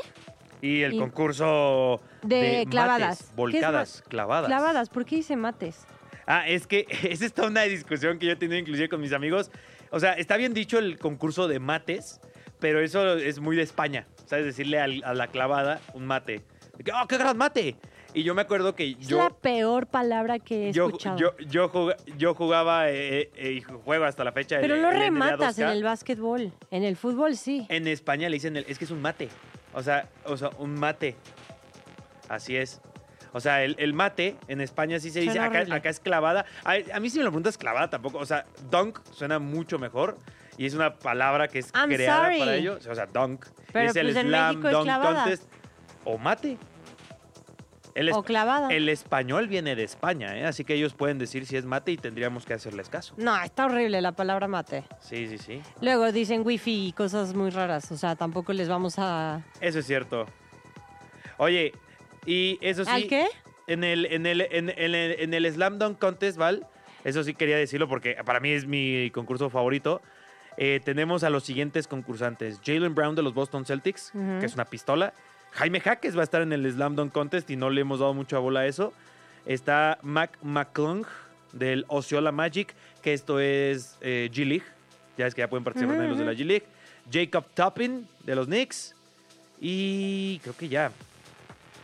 Speaker 2: Y el
Speaker 3: Y-
Speaker 2: concurso
Speaker 3: de
Speaker 2: mates,
Speaker 3: clavadas. ¿Qué es
Speaker 2: volcadas,
Speaker 3: ma-
Speaker 2: clavadas.
Speaker 3: Clavadas, ¿por qué hice mates?
Speaker 2: Ah, es que *laughs* esa es toda una discusión que yo he tenido inclusive con mis amigos. O sea, está bien dicho el concurso de mates, pero eso es muy de España. ¿Sabes? Decirle al- a la clavada un mate. De que, ¡Oh, qué gran mate! Y yo me acuerdo que
Speaker 3: Es
Speaker 2: yo.
Speaker 3: la peor palabra que he
Speaker 2: yo,
Speaker 3: escuchado.
Speaker 2: yo, yo jug- yo jugaba eh, eh, eh, y juego hasta la fecha.
Speaker 3: pero
Speaker 2: el-
Speaker 3: no
Speaker 2: el NBA
Speaker 3: rematas
Speaker 2: 2K.
Speaker 3: en el básquetbol, en el fútbol sí.
Speaker 2: En España le dicen, el- es que es un mate. O sea, o sea un mate. Así es. O sea, el, el mate en España sí se dice,
Speaker 3: Suena
Speaker 2: acá,
Speaker 3: horrible.
Speaker 2: acá es clavada. A, a mí si me lo preguntas clavada tampoco. O sea, dunk suena mucho mejor. Y es una palabra que es
Speaker 3: I'm
Speaker 2: creada
Speaker 3: sorry.
Speaker 2: para ello. O sea, dunk.
Speaker 3: Pero,
Speaker 2: es el
Speaker 3: pues, en
Speaker 2: slam,
Speaker 3: México es
Speaker 2: dunk
Speaker 3: clavada.
Speaker 2: contest. O mate. El, es-
Speaker 3: o clavada.
Speaker 2: el español viene de España, ¿eh? así que ellos pueden decir si es mate y tendríamos que hacerles caso.
Speaker 3: No, está horrible la palabra mate.
Speaker 2: Sí, sí, sí.
Speaker 3: Luego dicen wifi y cosas muy raras, o sea, tampoco les vamos a...
Speaker 2: Eso es cierto. Oye, y eso sí.
Speaker 3: ¿Al qué?
Speaker 2: En el, en el, en, en el, en el Slam Dunk Contest, Val, eso sí quería decirlo porque para mí es mi concurso favorito. eh, tenemos a los siguientes concursantes: Jalen Brown de los Boston Celtics,
Speaker 3: Ujú.
Speaker 2: que es una pistola. Jaime Jaques va a estar en el Slam Dunk Contest y no le hemos dado mucha bola a eso. Está Mac McClung del Osceola Magic, que esto es eh, G League. Ya es que ya pueden participar en los de la G League. Jacob Toppin de los Knicks. Y creo que ya.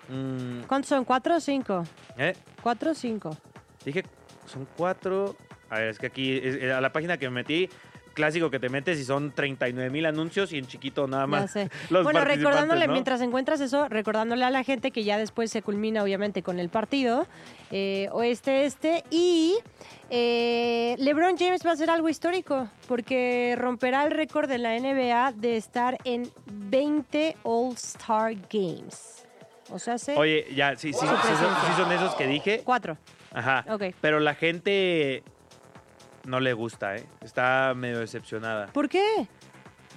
Speaker 2: Mm,
Speaker 3: ¿Cuántos son? ¿Cuatro o cinco?
Speaker 2: ¿eh?
Speaker 3: ¿Cuatro o cinco?
Speaker 2: Dije, son cuatro. A ver, es que aquí, es- eh, a la página que me metí, clásico que te metes y son 39 mil anuncios y en chiquito nada
Speaker 3: Ya
Speaker 2: más.
Speaker 3: sé.
Speaker 2: *laughs* los
Speaker 3: bueno,
Speaker 2: participantes,
Speaker 3: recordándole,
Speaker 2: ¿no?
Speaker 3: mientras encuentras eso, recordándole a la gente que ya después se culmina obviamente con el partido, eh, oeste-este, y eh, LeBron James va a hacer algo histórico, porque romperá el récord de la NBA de estar en 20 All-Star Games. O sea, hace
Speaker 2: Oye, ya, sí, sí, sí,
Speaker 3: Su
Speaker 2: son,
Speaker 3: presencia.
Speaker 2: sí son esos que dije.
Speaker 3: cuatro.
Speaker 2: Ajá.
Speaker 3: Ok.
Speaker 2: Pero la gente no le gusta, ¿eh? Está medio decepcionada.
Speaker 3: ¿Por qué?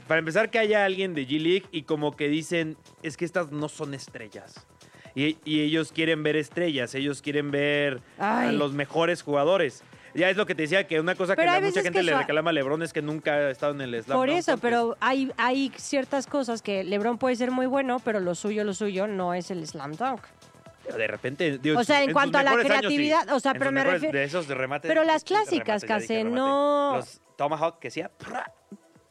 Speaker 2: Para empezar, que haya alguien de G-League y como que dicen, es que estas no son estrellas. Y, y ellos quieren ver estrellas, ellos quieren ver a
Speaker 3: Ay.
Speaker 2: los mejores jugadores. Ya es lo que te decía, que una cosa
Speaker 3: Pero
Speaker 2: que
Speaker 3: hay
Speaker 2: a mucha
Speaker 3: veces
Speaker 2: gente
Speaker 3: que
Speaker 2: le
Speaker 3: su-
Speaker 2: reclama a Lebron es que nunca ha estado en el slam.
Speaker 3: Por
Speaker 2: dunk
Speaker 3: eso,
Speaker 2: contest.
Speaker 3: pero hay, hay ciertas cosas que LeBron puede ser muy bueno, pero lo suyo, lo suyo no es el slam
Speaker 2: Pero
Speaker 3: dunk.
Speaker 2: Pues, de repente... digo,
Speaker 3: O sea, en
Speaker 2: sus
Speaker 3: cuanto a la
Speaker 2: mejores años, sí.
Speaker 3: creatividad, o sea,
Speaker 2: En
Speaker 3: pero
Speaker 2: sus
Speaker 3: me
Speaker 2: mejores-
Speaker 3: refiero-
Speaker 2: De esos de remates...
Speaker 3: Pero las
Speaker 2: de remates,
Speaker 3: clásicas,
Speaker 2: ya dije
Speaker 3: Case,
Speaker 2: remate.
Speaker 3: no.
Speaker 2: Los Tomahawk que hacía... ¡prra!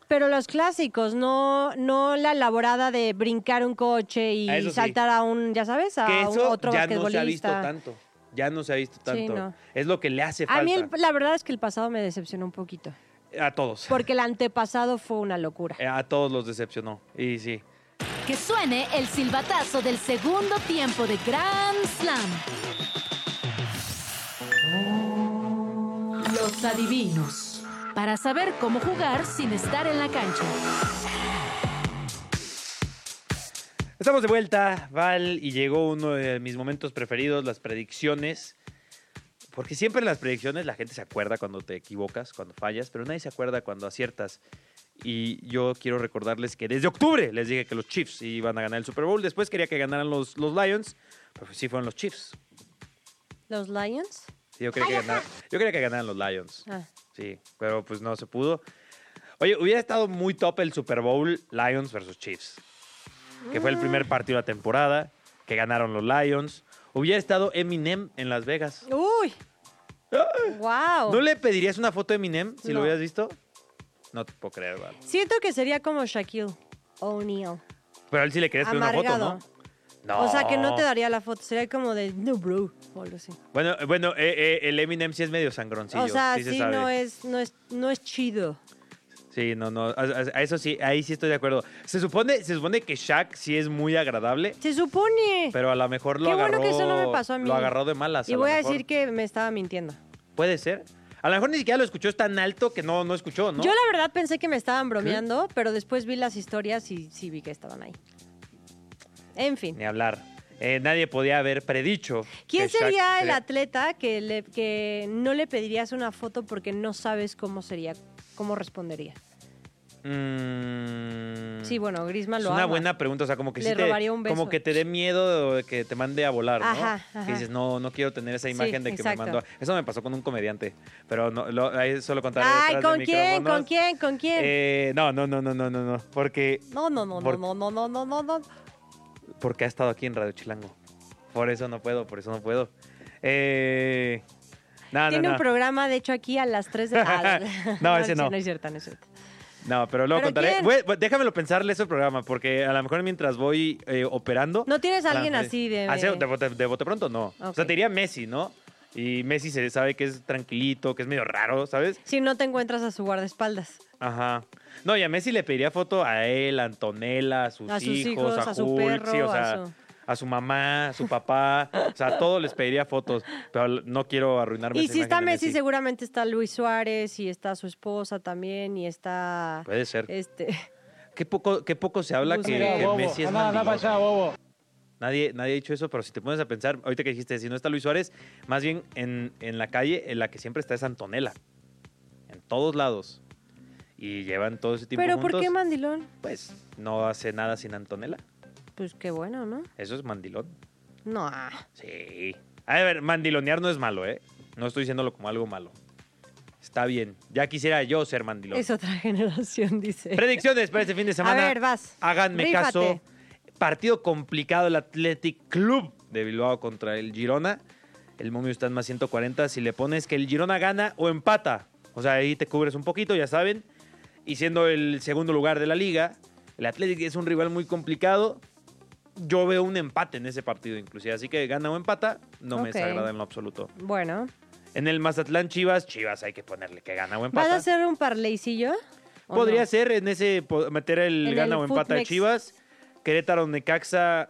Speaker 3: Pero los clásicos, no, no la elaborada de brincar un coche y
Speaker 2: Ah, eso sí.
Speaker 3: saltar a un, ya sabes, a
Speaker 2: Que
Speaker 3: un
Speaker 2: eso
Speaker 3: Ah, otro
Speaker 2: ya no se
Speaker 3: basquetbolista.
Speaker 2: ha visto tanto. Ya no se ha visto tanto.
Speaker 3: no.
Speaker 2: Es lo que le hace falta
Speaker 3: a
Speaker 2: a,
Speaker 3: mí el- la verdad es que el pasado me decepcionó un poquito,
Speaker 2: todos.
Speaker 3: porque el antepasado fue una locura.
Speaker 2: Eh, A todos los decepcionó. Y sí.
Speaker 4: Que suene el silbatazo del segundo tiempo de Grand Slam. Los adivinos. Para saber cómo jugar sin estar en la cancha.
Speaker 2: Estamos de vuelta, Val, y llegó uno de mis momentos preferidos, las predicciones. Porque siempre en las predicciones la gente se acuerda cuando te equivocas, cuando fallas, pero nadie se acuerda cuando aciertas. Y yo quiero recordarles que desde octubre les dije que los Chiefs iban a ganar el Super Bowl. Después quería que ganaran los, los Lions, pero pues sí fueron los Chiefs.
Speaker 3: ¿Los Lions?
Speaker 2: Sí, yo, quería que ganar- yo quería que ganaran los Lions.
Speaker 3: Ah.
Speaker 2: Sí, pero pues no se pudo. Oye, hubiera estado muy top el Super Bowl Lions versus Chiefs, que fue el
Speaker 3: Mm.
Speaker 2: primer partido de la temporada, que ganaron los Lions. Hubiera estado Eminem en Las Vegas.
Speaker 3: ¡Uy! ¡Wow!
Speaker 2: ¿No le pedirías una foto de Eminem si lo
Speaker 3: No.
Speaker 2: hubieras visto? No te puedo creer, Val.
Speaker 3: Siento que sería como Shaquille O'Neal.
Speaker 2: Pero a él sí le querías pedir una foto,
Speaker 3: Amargado.
Speaker 2: ¿no? No.
Speaker 3: O sea, que no te daría la foto. Sería como de no, bro. O algo así.
Speaker 2: Bueno, eh, bueno eh, eh, el Eminem sí es medio sangroncillo.
Speaker 3: o sea,
Speaker 2: sí,
Speaker 3: sí,
Speaker 2: se sabe.
Speaker 3: no, es, no, es, no es chido.
Speaker 2: Sí, no, no. A, a- a eso sí, ahí sí estoy de acuerdo. Se supone, se supone que Shaq sí es muy agradable,
Speaker 3: Se supone.
Speaker 2: pero a lo mejor lo
Speaker 3: Qué
Speaker 2: agarró.
Speaker 3: bueno que eso no me pasó a mí.
Speaker 2: Lo agarró de malas.
Speaker 3: y
Speaker 2: lo
Speaker 3: voy a
Speaker 2: mejor.
Speaker 3: decir que me estaba mintiendo.
Speaker 2: Puede ser. A lo mejor ni siquiera lo escuchó, es tan alto que no, no escuchó, ¿no?
Speaker 3: Yo la verdad pensé que me estaban bromeando, pero después vi las historias y sí vi que estaban ahí. En fin.
Speaker 2: Ni hablar. Eh, nadie podía haber predicho. Eh,
Speaker 3: ¿Quién
Speaker 2: que Shaq
Speaker 3: sería el atleta que, le, que no le pedirías una foto porque no sabes cómo sería, cómo respondería?
Speaker 2: Mm.
Speaker 3: Sí, bueno, Grisman
Speaker 2: Es
Speaker 3: lo
Speaker 2: una
Speaker 3: ama.
Speaker 2: buena pregunta, o sea, como que
Speaker 3: Le
Speaker 2: sí te,
Speaker 3: robaría un beso.
Speaker 2: como que te dé miedo de que te mande a volar,
Speaker 3: Ajá,
Speaker 2: ¿no?
Speaker 3: ajá.
Speaker 2: Que dices, no, no quiero tener esa
Speaker 3: Sí,
Speaker 2: imagen de que
Speaker 3: exacto.
Speaker 2: me mandó. Eso me pasó con un comediante, pero no, lo, ahí solo contaré
Speaker 3: Ay,
Speaker 2: detrás de
Speaker 3: ¿con quién?
Speaker 2: micrófonos.
Speaker 3: ¿Con quién? ¿Con quién?
Speaker 2: Eh, no, no, no, no, no, no, no, porque
Speaker 3: no, no, no,
Speaker 2: por-
Speaker 3: no, no, no, no, no, no.
Speaker 2: porque ha estado aquí en Radio Chilango. Por eso no puedo, por eso no puedo. Eh, no, no,
Speaker 3: Tiene
Speaker 2: no.
Speaker 3: un programa, de hecho, aquí a las 3 de la
Speaker 2: *laughs*
Speaker 3: *laughs*
Speaker 2: No, ese no.
Speaker 3: No es cierto, no es cierto.
Speaker 2: No, pero luego
Speaker 3: ¿Pero
Speaker 2: contaré.
Speaker 3: quién?
Speaker 2: Güey, güey, déjamelo pensarle ese programa, porque a lo mejor mientras voy eh, operando. Ah,
Speaker 3: ¿No tienes a
Speaker 2: la-
Speaker 3: alguien así de-
Speaker 2: Así, de, bote, de bote pronto, no. O sea,
Speaker 3: Ok.
Speaker 2: te diría Messi, ¿no? Y Messi se sabe que es tranquilito, que es medio raro, ¿sabes?
Speaker 3: Si no te encuentras a su guardaespaldas.
Speaker 2: Ajá. No, y a Messi le pediría foto a él, a Antonella, a sus,
Speaker 3: A sus
Speaker 2: hijos,
Speaker 3: hijos,
Speaker 2: a,
Speaker 3: a su
Speaker 2: Hulk,
Speaker 3: perro,
Speaker 2: sí, o
Speaker 3: a
Speaker 2: sea,
Speaker 3: su-
Speaker 2: a su mamá, a su papá. o sea, a todos les pediría fotos, pero no quiero arruinarme
Speaker 3: Y
Speaker 2: esa
Speaker 3: si
Speaker 2: imagen
Speaker 3: está
Speaker 2: de
Speaker 3: Messi, seguramente está Luis Suárez y está su esposa también y está...
Speaker 2: Puede ser.
Speaker 3: Este,
Speaker 2: Qué poco, qué poco se habla que,
Speaker 3: Busca. pues Mira,
Speaker 2: que
Speaker 7: bobo.
Speaker 2: Messi es
Speaker 7: Anda, anda
Speaker 2: mandilón.
Speaker 7: para allá, bobo.
Speaker 2: Nadie, nadie ha dicho eso, pero si te pones a pensar, ahorita que dijiste, si no está Luis Suárez, más bien en, en la calle, en la que siempre está es Antonella. En todos lados. Y llevan todo ese tiempo
Speaker 3: ¿Pero
Speaker 2: juntos.
Speaker 3: por qué mandilón?
Speaker 2: Pues no hace nada sin Antonella.
Speaker 3: Pues qué bueno, ¿no?
Speaker 2: Eso es mandilón.
Speaker 3: No. ah,
Speaker 2: Sí. A ver, mandilonear no es malo, ¿eh? No estoy diciéndolo como algo malo. Está bien. Ya quisiera yo ser mandilón.
Speaker 3: Es otra *laughs* generación, dice.
Speaker 2: *laughs* Predicciones para este fin de semana.
Speaker 3: A ver, vas.
Speaker 2: Háganme
Speaker 3: Rífate.
Speaker 2: caso. Partido complicado el Athletic Club de Bilbao contra el Girona. El momio está en más 140. Si le pones que el Girona gana o empata, o sea, ahí te cubres un poquito, ya saben. Y siendo el segundo lugar de la liga, el Athletic es un rival muy complicado. Yo veo un empate en ese partido, inclusive. Así que gana o empata, no me
Speaker 3: Ok.
Speaker 2: desagrada en lo absoluto.
Speaker 3: Bueno.
Speaker 2: En el Mazatlán Chivas, Chivas hay que ponerle que gana o empata.
Speaker 3: ¿Vas a hacer un parleycillo? ¿O
Speaker 2: Podría
Speaker 3: no?
Speaker 2: ser en ese po- meter el
Speaker 3: En
Speaker 2: gana
Speaker 3: el
Speaker 2: o empata de
Speaker 3: Footmex.
Speaker 2: Chivas. Querétaro Necaxa.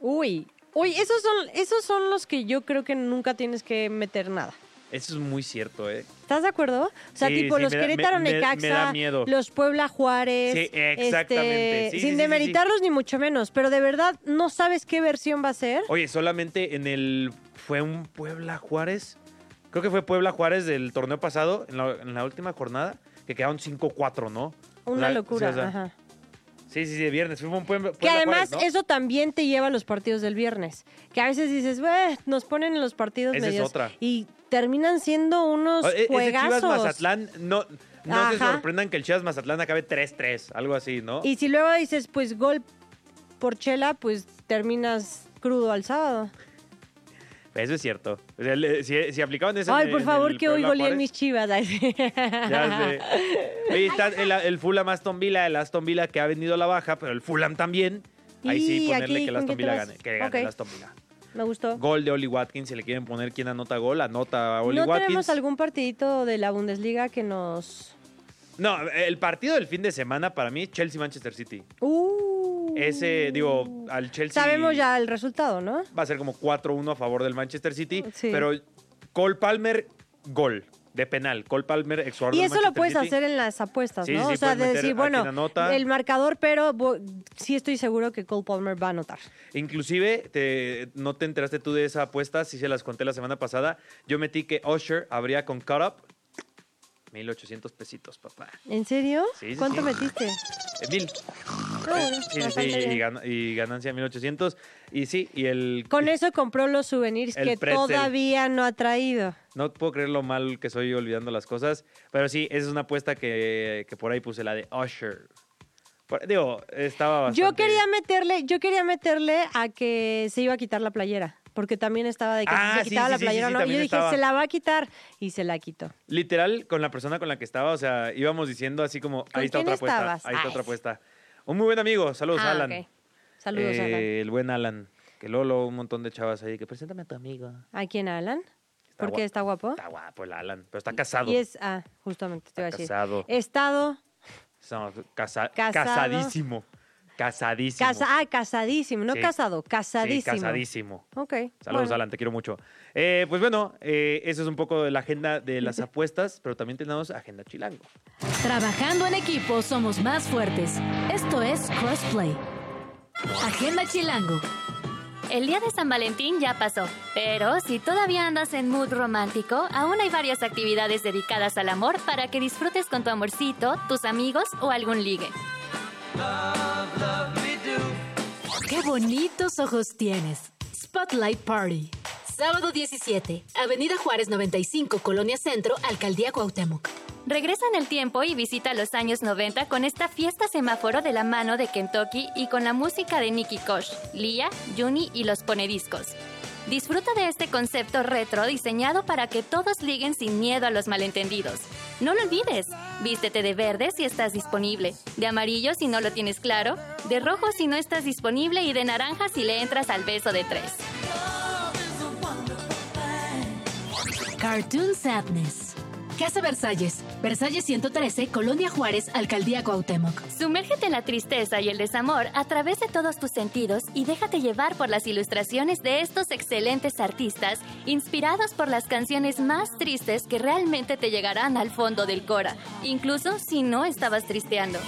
Speaker 3: Uy. Uy, esos son, esos son los que yo creo que nunca tienes que meter nada.
Speaker 2: Eso es muy cierto, ¿eh?
Speaker 3: ¿Estás de acuerdo? O sea,
Speaker 2: Sí,
Speaker 3: tipo
Speaker 2: sí,
Speaker 3: los
Speaker 2: me da- me-
Speaker 3: Querétaro
Speaker 2: me- me da
Speaker 3: Necaxa,
Speaker 2: miedo.
Speaker 3: los Puebla Juárez.
Speaker 2: Sí, exactamente.
Speaker 3: este,
Speaker 2: Sí, sí,
Speaker 3: sin
Speaker 2: sí, sí,
Speaker 3: demeritarlos ni mucho menos, pero de verdad no sabes qué versión va a ser.
Speaker 2: Oye, solamente en el. ¿Fue un Puebla Juárez? Creo que fue Puebla Juárez del torneo pasado, en la, en la última jornada, que quedaron 5-4, ¿no? O
Speaker 3: Una
Speaker 2: sea,
Speaker 3: locura.
Speaker 2: sí, o sea,
Speaker 3: ajá.
Speaker 2: Sí, sí, sí, de viernes. Fue un Puebla,
Speaker 3: Que
Speaker 2: Puebla
Speaker 3: además
Speaker 2: Juárez, ¿no?
Speaker 3: eso también te lleva a los partidos del viernes. Que a veces dices, "Bueh, nos ponen en los partidos
Speaker 2: Esa es
Speaker 3: medios.
Speaker 2: otra.
Speaker 3: Y terminan siendo unos
Speaker 2: O- e- Ese
Speaker 3: juegazos.
Speaker 2: Chivas Mazatlán, no, no se
Speaker 3: Ajá.
Speaker 2: sorprendan que el Chivas Mazatlán acabe 3-3, algo así, ¿no?
Speaker 3: Y si luego dices, pues gol por chela, pues terminas crudo al sábado.
Speaker 2: Eso es cierto. O sea, le- si, si aplicaban eso. en
Speaker 3: Ay,
Speaker 2: el-
Speaker 3: por
Speaker 2: en
Speaker 3: favor,
Speaker 2: el
Speaker 3: que hoy
Speaker 2: Puebla
Speaker 3: goleen
Speaker 2: Juárez,
Speaker 3: mis chivas. *laughs* Ay, sí. *laughs*
Speaker 2: Ya sé. Oye, está el, el Fulham Aston Villa, el Aston Villa que ha venido a la baja, pero el Fulham también. Ahí sí,
Speaker 3: Y
Speaker 2: ponerle
Speaker 3: aquí,
Speaker 2: que el
Speaker 3: ¿con
Speaker 2: Aston
Speaker 3: quién te
Speaker 2: Villa
Speaker 3: vas?
Speaker 2: gane. Que gane el
Speaker 3: Ok.
Speaker 2: Aston Villa.
Speaker 3: Me gustó.
Speaker 2: Gol de Oli Watkins, si le quieren poner quién anota gol, anota a Oli
Speaker 3: ¿No
Speaker 2: Watkins.
Speaker 3: tenemos algún partidito de la Bundesliga que nos...
Speaker 2: No, el partido del fin de semana para mí, Chelsea-Manchester City.
Speaker 3: Uh.
Speaker 2: Ese, digo, al Chelsea.
Speaker 3: Sabemos ya el resultado, ¿no?
Speaker 2: Va a ser como 4-1 a favor del Manchester City.
Speaker 3: Sí.
Speaker 2: Pero Cole Palmer, gol. de penal. Cole Palmer, ex jugador
Speaker 3: Y
Speaker 2: del
Speaker 3: eso lo
Speaker 2: Manchester
Speaker 3: puedes
Speaker 2: City.
Speaker 3: hacer en las apuestas,
Speaker 2: Sí,
Speaker 3: ¿no?
Speaker 2: sí,
Speaker 3: o sea,
Speaker 2: puedes
Speaker 3: de
Speaker 2: meter
Speaker 3: decir,
Speaker 2: a
Speaker 3: bueno,
Speaker 2: quien anota.
Speaker 3: el marcador, pero bo- sí estoy seguro que Cole Palmer va a anotar.
Speaker 2: Inclusive, te- no te enteraste tú de esa apuesta, sí se las conté la semana pasada. Yo metí que Usher habría con Cut Up 1800 pesitos, papá.
Speaker 3: ¿En serio?
Speaker 2: Sí, sí,
Speaker 3: ¿Cuánto
Speaker 2: sí.
Speaker 3: metiste?
Speaker 2: Eh, Mil.
Speaker 3: Ah, bueno,
Speaker 2: Sí, sí, sí,
Speaker 3: bastante
Speaker 2: y,
Speaker 3: bien.
Speaker 2: gana- y ganancia 1800. Y sí, y el...
Speaker 3: Con eso compró los souvenirs
Speaker 2: El
Speaker 3: que
Speaker 2: pretzel.
Speaker 3: todavía no ha traído.
Speaker 2: No puedo creer lo mal que soy olvidando las cosas, pero sí, esa es una apuesta que, que por ahí puse, la de Usher. Por- digo, estaba bastante...
Speaker 3: Yo quería meterle, yo quería meterle a que se iba a quitar la playera, porque también estaba de que
Speaker 2: Ah,
Speaker 3: si se
Speaker 2: sí,
Speaker 3: quitaba
Speaker 2: sí,
Speaker 3: la
Speaker 2: sí,
Speaker 3: playera
Speaker 2: sí, sí,
Speaker 3: o no. Y
Speaker 2: también
Speaker 3: yo
Speaker 2: estaba.
Speaker 3: dije, se la va a quitar y se la quitó.
Speaker 2: Literal, con la persona con la que estaba, o sea, íbamos diciendo así como, ahí está
Speaker 3: quién
Speaker 2: otra apuesta,
Speaker 3: estabas?
Speaker 2: ahí está
Speaker 3: Ay.
Speaker 2: otra apuesta. Un muy buen amigo, saludos
Speaker 3: Ah,
Speaker 2: Alan.
Speaker 3: ok. Saludos,
Speaker 2: Eh,
Speaker 3: Alan.
Speaker 2: El buen Alan, que Lolo, un montón de chavas ahí, que preséntame a tu amigo.
Speaker 3: ¿A quién, Alan?
Speaker 2: Está
Speaker 3: ¿Por
Speaker 2: guapo.
Speaker 3: qué está guapo?
Speaker 2: Está guapo el Alan, pero está casado.
Speaker 3: Y es, ah, justamente te iba a decir.
Speaker 2: casado.
Speaker 3: Estado,
Speaker 2: No, casa-
Speaker 3: Casado.
Speaker 2: Casadísimo, casadísimo.
Speaker 3: casa, ah, casadísimo, no
Speaker 2: Sí.
Speaker 3: casado,
Speaker 2: Sí,
Speaker 3: casadísimo.
Speaker 2: casadísimo.
Speaker 3: Ok.
Speaker 2: Saludos,
Speaker 3: bueno.
Speaker 2: Alan, te quiero mucho. Eh, pues bueno, eh, eso es un poco de la agenda de
Speaker 3: *laughs*
Speaker 2: las apuestas, pero también tenemos agenda chilango.
Speaker 4: Trabajando en equipo somos más fuertes. Esto es Crossplay. Agenda Chilango.
Speaker 8: El día de San Valentín ya pasó, pero si todavía andas en mood romántico, aún hay varias actividades dedicadas al amor para que disfrutes con tu amorcito, tus amigos o algún ligue.
Speaker 4: Qué bonitos ojos tienes. Spotlight Party. Sábado 17, Avenida Juárez 95, Colonia Centro, Alcaldía Cuauhtémoc.
Speaker 8: Regresa en el tiempo y visita los años 90 con esta fiesta semáforo de la mano de Kentucky y con la música de Nicky Koch, Lia, Juni y los ponediscos. Disfruta de este concepto retro diseñado para que todos liguen sin miedo a los malentendidos. No lo olvides, vístete de verde si estás disponible, de amarillo si no lo tienes claro, de rojo si no estás disponible y de naranja si le entras al beso de tres.
Speaker 4: Cartoon Sadness. Casa Versalles. Versalles 113, Colonia Juárez, Alcaldía Cuauhtémoc.
Speaker 8: Sumérgete en la tristeza y el desamor a través de todos tus sentidos y déjate llevar por las ilustraciones de estos excelentes artistas, inspirados por las canciones más tristes que realmente te llegarán al fondo del cora, incluso si no estabas tristeando.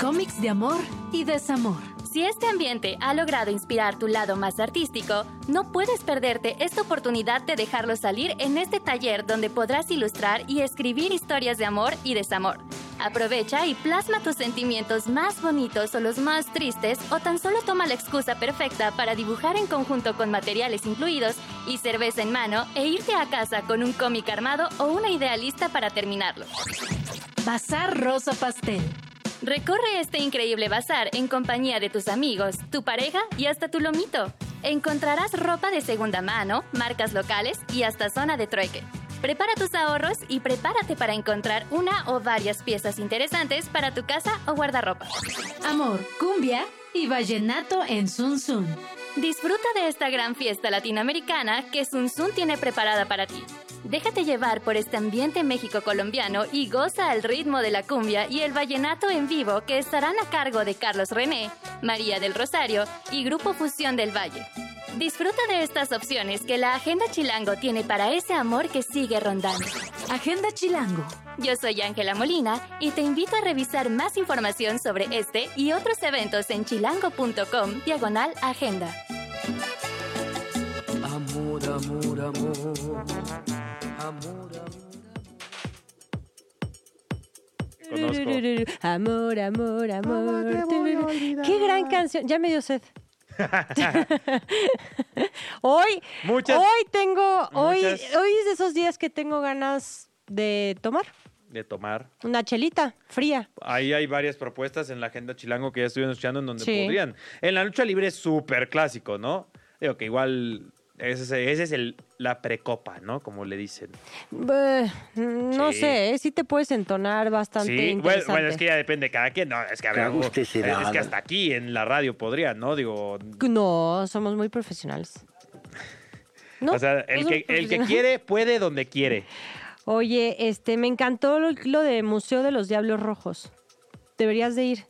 Speaker 4: Cómics de amor y desamor.
Speaker 8: Si este ambiente ha logrado inspirar tu lado más artístico, no puedes perderte esta oportunidad de dejarlo salir en este taller donde podrás ilustrar y escribir historias de amor y desamor. Aprovecha y plasma tus sentimientos más bonitos o los más tristes o tan solo toma la excusa perfecta para dibujar en conjunto con materiales incluidos y cerveza en mano e irte a casa con un cómic armado o una idea lista para terminarlo.
Speaker 4: Bazar Rosa Pastel.
Speaker 8: Recorre este increíble bazar en compañía de tus amigos, tu pareja y hasta tu lomito. Encontrarás ropa de segunda mano, marcas locales y hasta zona de trueque. Prepara tus ahorros y prepárate para encontrar una o varias piezas interesantes para tu casa o guardarropa.
Speaker 4: Amor, cumbia y vallenato en Sun Sun.
Speaker 8: Disfruta de esta gran fiesta latinoamericana que Sun Sun tiene preparada para ti. Déjate llevar por este ambiente México-colombiano y goza al ritmo de la cumbia y el vallenato en vivo que estarán a cargo de Carlos René, María del Rosario y Grupo Fusión del Valle. Disfruta de estas opciones que la Agenda Chilango tiene para ese amor que sigue rondando.
Speaker 4: Agenda Chilango.
Speaker 8: Yo soy Ángela Molina y te invito a revisar más información sobre este y otros eventos en chilango.com diagonal agenda.
Speaker 2: Conozco.
Speaker 3: Amor, amor, amor.
Speaker 7: te voy a olvidar.
Speaker 3: Qué gran canción. Ya me
Speaker 2: *laughs*
Speaker 3: dio sed. hoy,
Speaker 2: Muchas-
Speaker 3: hoy tengo, hoy,
Speaker 2: muchas-
Speaker 3: hoy es de esos días que tengo ganas de tomar
Speaker 2: De tomar.
Speaker 3: una chelita fría.
Speaker 2: Ahí hay varias propuestas en la agenda chilango que ya estuvieron escuchando en donde
Speaker 3: Sí.
Speaker 2: podrían. En la lucha libre es súper clásico, ¿no? Digo que igual ese es, ese es el, la precopa, ¿no? Como le dicen.
Speaker 3: Beh, no
Speaker 2: Sí.
Speaker 3: sé, ¿eh? sí te puedes entonar bastante.
Speaker 2: Sí, bueno,
Speaker 3: interesante.
Speaker 2: bueno, es que ya depende de cada quien. No, es que, a ver,
Speaker 9: Cago
Speaker 2: es-
Speaker 9: usted se da.
Speaker 2: es que hasta aquí en la radio podrían, ¿no? Digo,
Speaker 3: No, somos muy profesionales. No,
Speaker 2: o sea,
Speaker 3: no
Speaker 2: el
Speaker 3: somos
Speaker 2: que, el que
Speaker 3: profesionales.
Speaker 2: quiere, puede donde quiere.
Speaker 3: *laughs* Oye, este, me encantó lo, lo de Museo de los Diablos Rojos. Deberías de ir.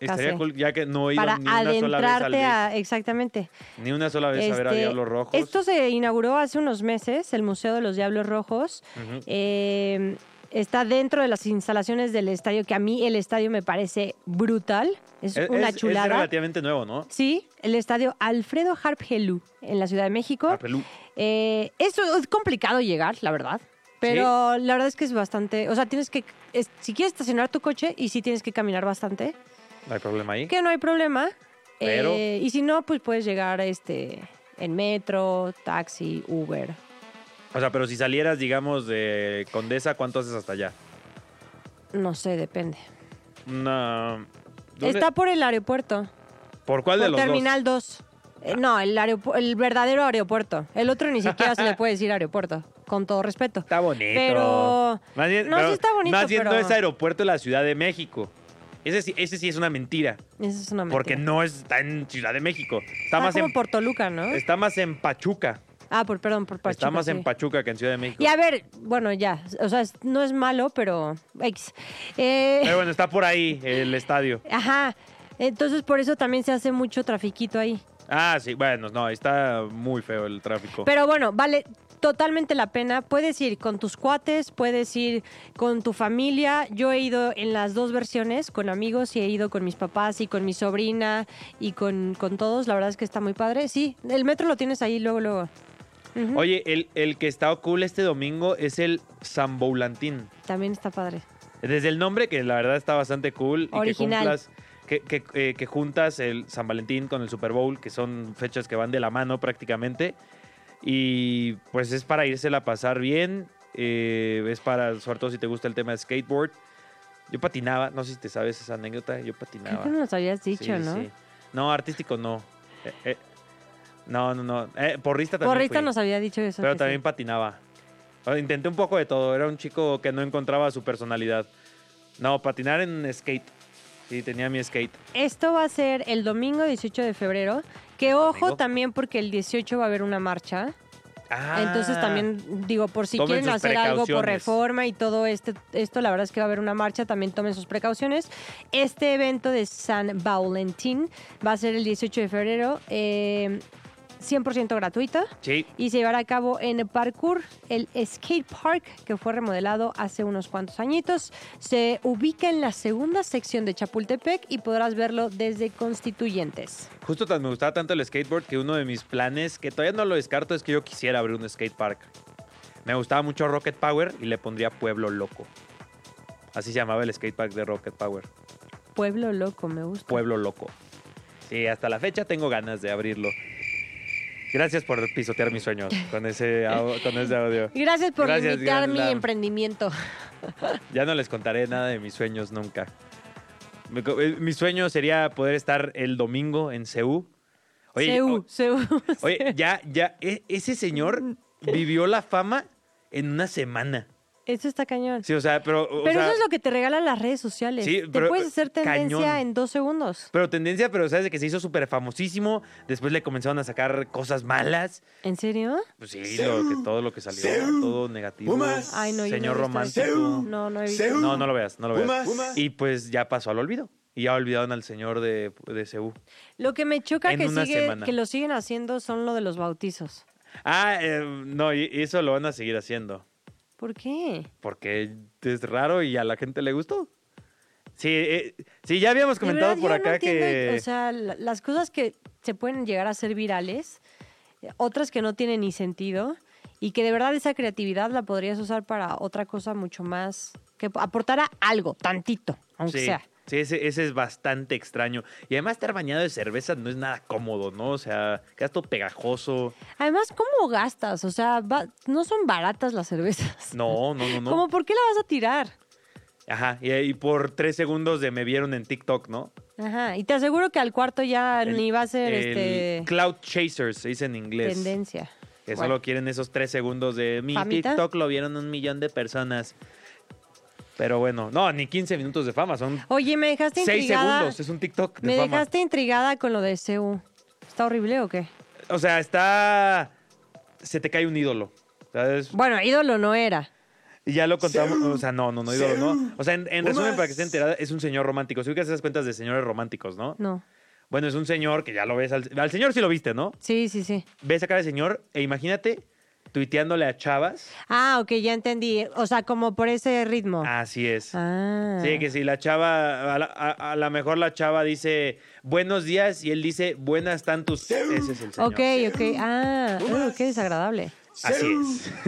Speaker 2: Estaría
Speaker 3: Casi.
Speaker 2: cool, ya que no he ido
Speaker 3: para
Speaker 2: ni una sola vez al
Speaker 3: adentrarte
Speaker 2: DIF,
Speaker 3: a... Exactamente.
Speaker 2: Ni una sola vez a ver a
Speaker 3: Este,
Speaker 2: Diablos Rojos.
Speaker 3: Esto se inauguró hace unos meses, el Museo de los Diablos Rojos.
Speaker 2: Ujú.
Speaker 3: Eh, está dentro de las instalaciones del estadio, que a mí el estadio me parece brutal. Es,
Speaker 2: Es-
Speaker 3: una
Speaker 2: es- es
Speaker 3: chulada.
Speaker 2: relativamente nuevo, ¿no?
Speaker 3: sí, el estadio Alfredo Harpgelú en la Ciudad de México.
Speaker 2: Papelú.
Speaker 3: Eh, eso es complicado llegar, la verdad. Pero la verdad es que es bastante. O sea, tienes que. es- si quieres estacionar tu coche y sí tienes que caminar bastante,
Speaker 2: No hay problema ahí.
Speaker 3: que no hay problema.
Speaker 2: Pero-
Speaker 3: Eh, y si no, pues puedes llegar este, en metro, taxi, Uber.
Speaker 2: O sea, pero si salieras, digamos, de Condesa, ¿cuánto haces hasta allá?
Speaker 3: No sé, depende.
Speaker 2: No.
Speaker 3: Está por el aeropuerto.
Speaker 2: ¿Por cuál de
Speaker 3: por
Speaker 2: los
Speaker 3: Terminal 2. Eh, no, el, aeropu- el verdadero aeropuerto. El otro ni siquiera se le puede decir aeropuerto, con todo respeto.
Speaker 2: Está bonito.
Speaker 3: Pero.
Speaker 2: Más bien,
Speaker 3: no,
Speaker 2: pero-
Speaker 3: sí está bonito.
Speaker 2: Más bien
Speaker 3: pero...
Speaker 2: no es aeropuerto de la Ciudad de México. Ese sí, ese sí es una mentira.
Speaker 3: Eso es una mentira.
Speaker 2: Porque no está en Ciudad de México. Está,
Speaker 3: Está
Speaker 2: más
Speaker 3: Ah, como
Speaker 2: en,
Speaker 3: por Toluca, ¿no?
Speaker 2: está más en Pachuca.
Speaker 3: Ah, por, perdón, por Pachuca.
Speaker 2: Está más
Speaker 3: sí.
Speaker 2: en Pachuca que en Ciudad de México.
Speaker 3: Y a ver, bueno, ya. O sea, es- no es malo, pero. X. Eh,
Speaker 2: Pero bueno, está por ahí el estadio.
Speaker 3: Ajá. Entonces, por eso también se hace mucho trafiquito ahí.
Speaker 2: Ah, sí, bueno, no, está muy feo el tráfico.
Speaker 3: Pero bueno, vale totalmente la pena. Puedes ir con tus cuates, puedes ir con tu familia. Yo he ido en las dos versiones, con amigos y he ido con mis papás y con mi sobrina y con, con todos. La verdad es que está muy padre. Sí, el metro lo tienes ahí luego, luego. Ujú,
Speaker 2: Oye, el, el que está cool este domingo es el Zamboulantín.
Speaker 3: También está padre.
Speaker 2: Desde el nombre, que la verdad está bastante cool. Y que,
Speaker 3: Original.
Speaker 2: cumplas, que, que, eh, que juntas el San Valentín con el Super Bowl, que son fechas que van de la mano prácticamente. Y pues es para írsela a pasar bien. eh, es para, sobre todo si te gusta el tema de skateboard. Yo patinaba, no sé si te sabes esa anécdota, yo
Speaker 3: Creo
Speaker 2: patinaba.
Speaker 3: que no nos habías dicho,
Speaker 2: Sí,
Speaker 3: ¿no?
Speaker 2: sí. No, artístico no. Eh, eh, no, no, no. Eh, porrista también.
Speaker 3: Porrista
Speaker 2: fui.
Speaker 3: nos había dicho eso.
Speaker 2: Pero
Speaker 3: que
Speaker 2: también patinaba. O sea, Intenté un poco de todo. Era un chico que no encontraba su personalidad. No, patinar en skate. Sí, tenía mi skate.
Speaker 3: sí. Esto va a ser el domingo 18 de febrero. Que ojo
Speaker 2: Domingo.
Speaker 3: también porque el 18 va a haber una marcha.
Speaker 2: Ah,
Speaker 3: Entonces también digo, por si
Speaker 2: Tomen
Speaker 3: quieren
Speaker 2: sus
Speaker 3: hacer algo por
Speaker 2: precauciones.
Speaker 3: reforma y todo este, esto, la verdad es que va a haber una marcha, también tomen sus precauciones. Este evento de San Valentín va a ser el 18 de febrero, eh, 100% gratuita
Speaker 2: Sí.
Speaker 3: y se llevará a cabo en Parkour, el skate park que fue remodelado hace unos cuantos añitos. Se ubica en la segunda sección de Chapultepec y podrás verlo desde Constituyentes.
Speaker 2: Justo tan- me gustaba tanto el skateboard que uno de mis planes, que todavía no lo descarto, es que yo quisiera abrir un skate park. Me gustaba mucho Rocket Power y le pondría Pueblo Loco. Así se llamaba el skate park de Rocket Power.
Speaker 3: Pueblo loco, me gusta.
Speaker 2: Pueblo Loco. Sí, hasta la fecha tengo ganas de abrirlo. Gracias por pisotear mis sueños con ese, au- con ese audio.
Speaker 3: Gracias por
Speaker 2: Gracias,
Speaker 3: limitar
Speaker 2: Grand
Speaker 3: mi
Speaker 2: Slam.
Speaker 3: emprendimiento.
Speaker 2: Ya no les contaré nada de mis sueños nunca. Mi co- eh, Mi sueño sería poder estar el domingo en CEU.
Speaker 3: Seú,
Speaker 2: o-
Speaker 3: Seú. *laughs*
Speaker 2: oye, ya, ya, e- ese señor
Speaker 3: Mm.
Speaker 2: vivió la fama en una semana.
Speaker 3: Eso está cañón.
Speaker 2: Sí, o sea, pero. o
Speaker 3: pero
Speaker 2: sea,
Speaker 3: eso es lo que te regalan las redes sociales.
Speaker 2: Sí,
Speaker 3: te
Speaker 2: pero- eh,
Speaker 3: puedes hacer tendencia
Speaker 2: cañón.
Speaker 3: en dos segundos.
Speaker 2: Pero tendencia, pero sabes de que se hizo súper famosísimo. Después le comenzaron a sacar cosas malas.
Speaker 3: ¿En serio?
Speaker 2: Pues sí, lo que, todo lo que salió, todo negativo.
Speaker 7: Pumas.
Speaker 3: Ay, no, yo
Speaker 2: Señor
Speaker 3: no he visto eso.
Speaker 2: romántico.
Speaker 3: No, no he visto.
Speaker 7: Seú.
Speaker 2: No, no lo veas, no lo veas.
Speaker 7: Pumas.
Speaker 2: Y pues ya pasó al olvido. Y ya olvidaron al señor de, de CU.
Speaker 3: Lo que me choca
Speaker 2: En
Speaker 3: que,
Speaker 2: una
Speaker 3: sigue,
Speaker 2: semana.
Speaker 3: que lo siguen haciendo son lo de los bautizos.
Speaker 2: Ah, eh, no, y y eso lo van a seguir haciendo.
Speaker 3: ¿Por qué?
Speaker 2: Porque es raro y a la gente le gustó. Sí, eh, sí ya habíamos
Speaker 3: De
Speaker 2: comentado
Speaker 3: verdad,
Speaker 2: por
Speaker 3: yo
Speaker 2: acá
Speaker 3: no entiendo,
Speaker 2: que.
Speaker 3: O sea, la- las cosas que se pueden llegar a ser virales, eh, otras que no tienen ni sentido, y que de verdad esa creatividad la podrías usar para otra cosa mucho más, que aportara algo, tantito, aunque
Speaker 2: sí,
Speaker 3: sea.
Speaker 2: sí, ese, ese es bastante extraño. Y además, estar bañado de cerveza no es nada cómodo, ¿no? O sea, quedas todo pegajoso.
Speaker 3: Además, ¿cómo gastas? O sea, va- no son baratas las cervezas.
Speaker 2: No, no, no, no.
Speaker 3: ¿Cómo por qué la vas a tirar?
Speaker 2: Ajá, y, y por tres segundos de me vieron en TikTok, ¿no?
Speaker 3: Ajá, y te aseguro que al cuarto ya
Speaker 2: El-
Speaker 3: ni va a ser
Speaker 2: el
Speaker 3: este
Speaker 2: Cloud Chasers, se dice en inglés.
Speaker 3: tendencia.
Speaker 2: Que
Speaker 3: Bueno,
Speaker 2: solo quieren esos tres segundos de mi
Speaker 3: Famita.
Speaker 2: TikTok lo vieron un millón de personas. Pero bueno, no, ni 15 minutos de fama, son
Speaker 3: Oye, me dejaste
Speaker 2: 6
Speaker 3: intrigada.
Speaker 2: segundos, es un TikTok de
Speaker 3: me
Speaker 2: fama.
Speaker 3: dejaste intrigada con lo de CU. ¿Está horrible o qué?
Speaker 2: O sea, está... Se te cae un ídolo. ¿sabes?
Speaker 3: Bueno, ídolo no era.
Speaker 2: Y ya lo contamos. O sea, no, no, no, ídolo, no. O sea, en, en resumen, para que esté enterada, es un señor romántico. Si ubicas esas cuentas de señores románticos, ¿no?
Speaker 3: No.
Speaker 2: Bueno, es un señor que ya lo ves. Al, al señor sí lo viste, ¿no?
Speaker 3: Sí, sí, sí.
Speaker 2: Ves a cara de señor e imagínate tuiteándole a chavas.
Speaker 3: Ah, ok, ya entendí. O sea, como por ese ritmo.
Speaker 2: Así es.
Speaker 3: Ah.
Speaker 2: Sí, que si la chava, a la- a a lo mejor la chava dice buenos días y él dice buenas están tus. Ese es el señor.
Speaker 3: Ok, ok. Ah, uh, qué desagradable.
Speaker 2: Así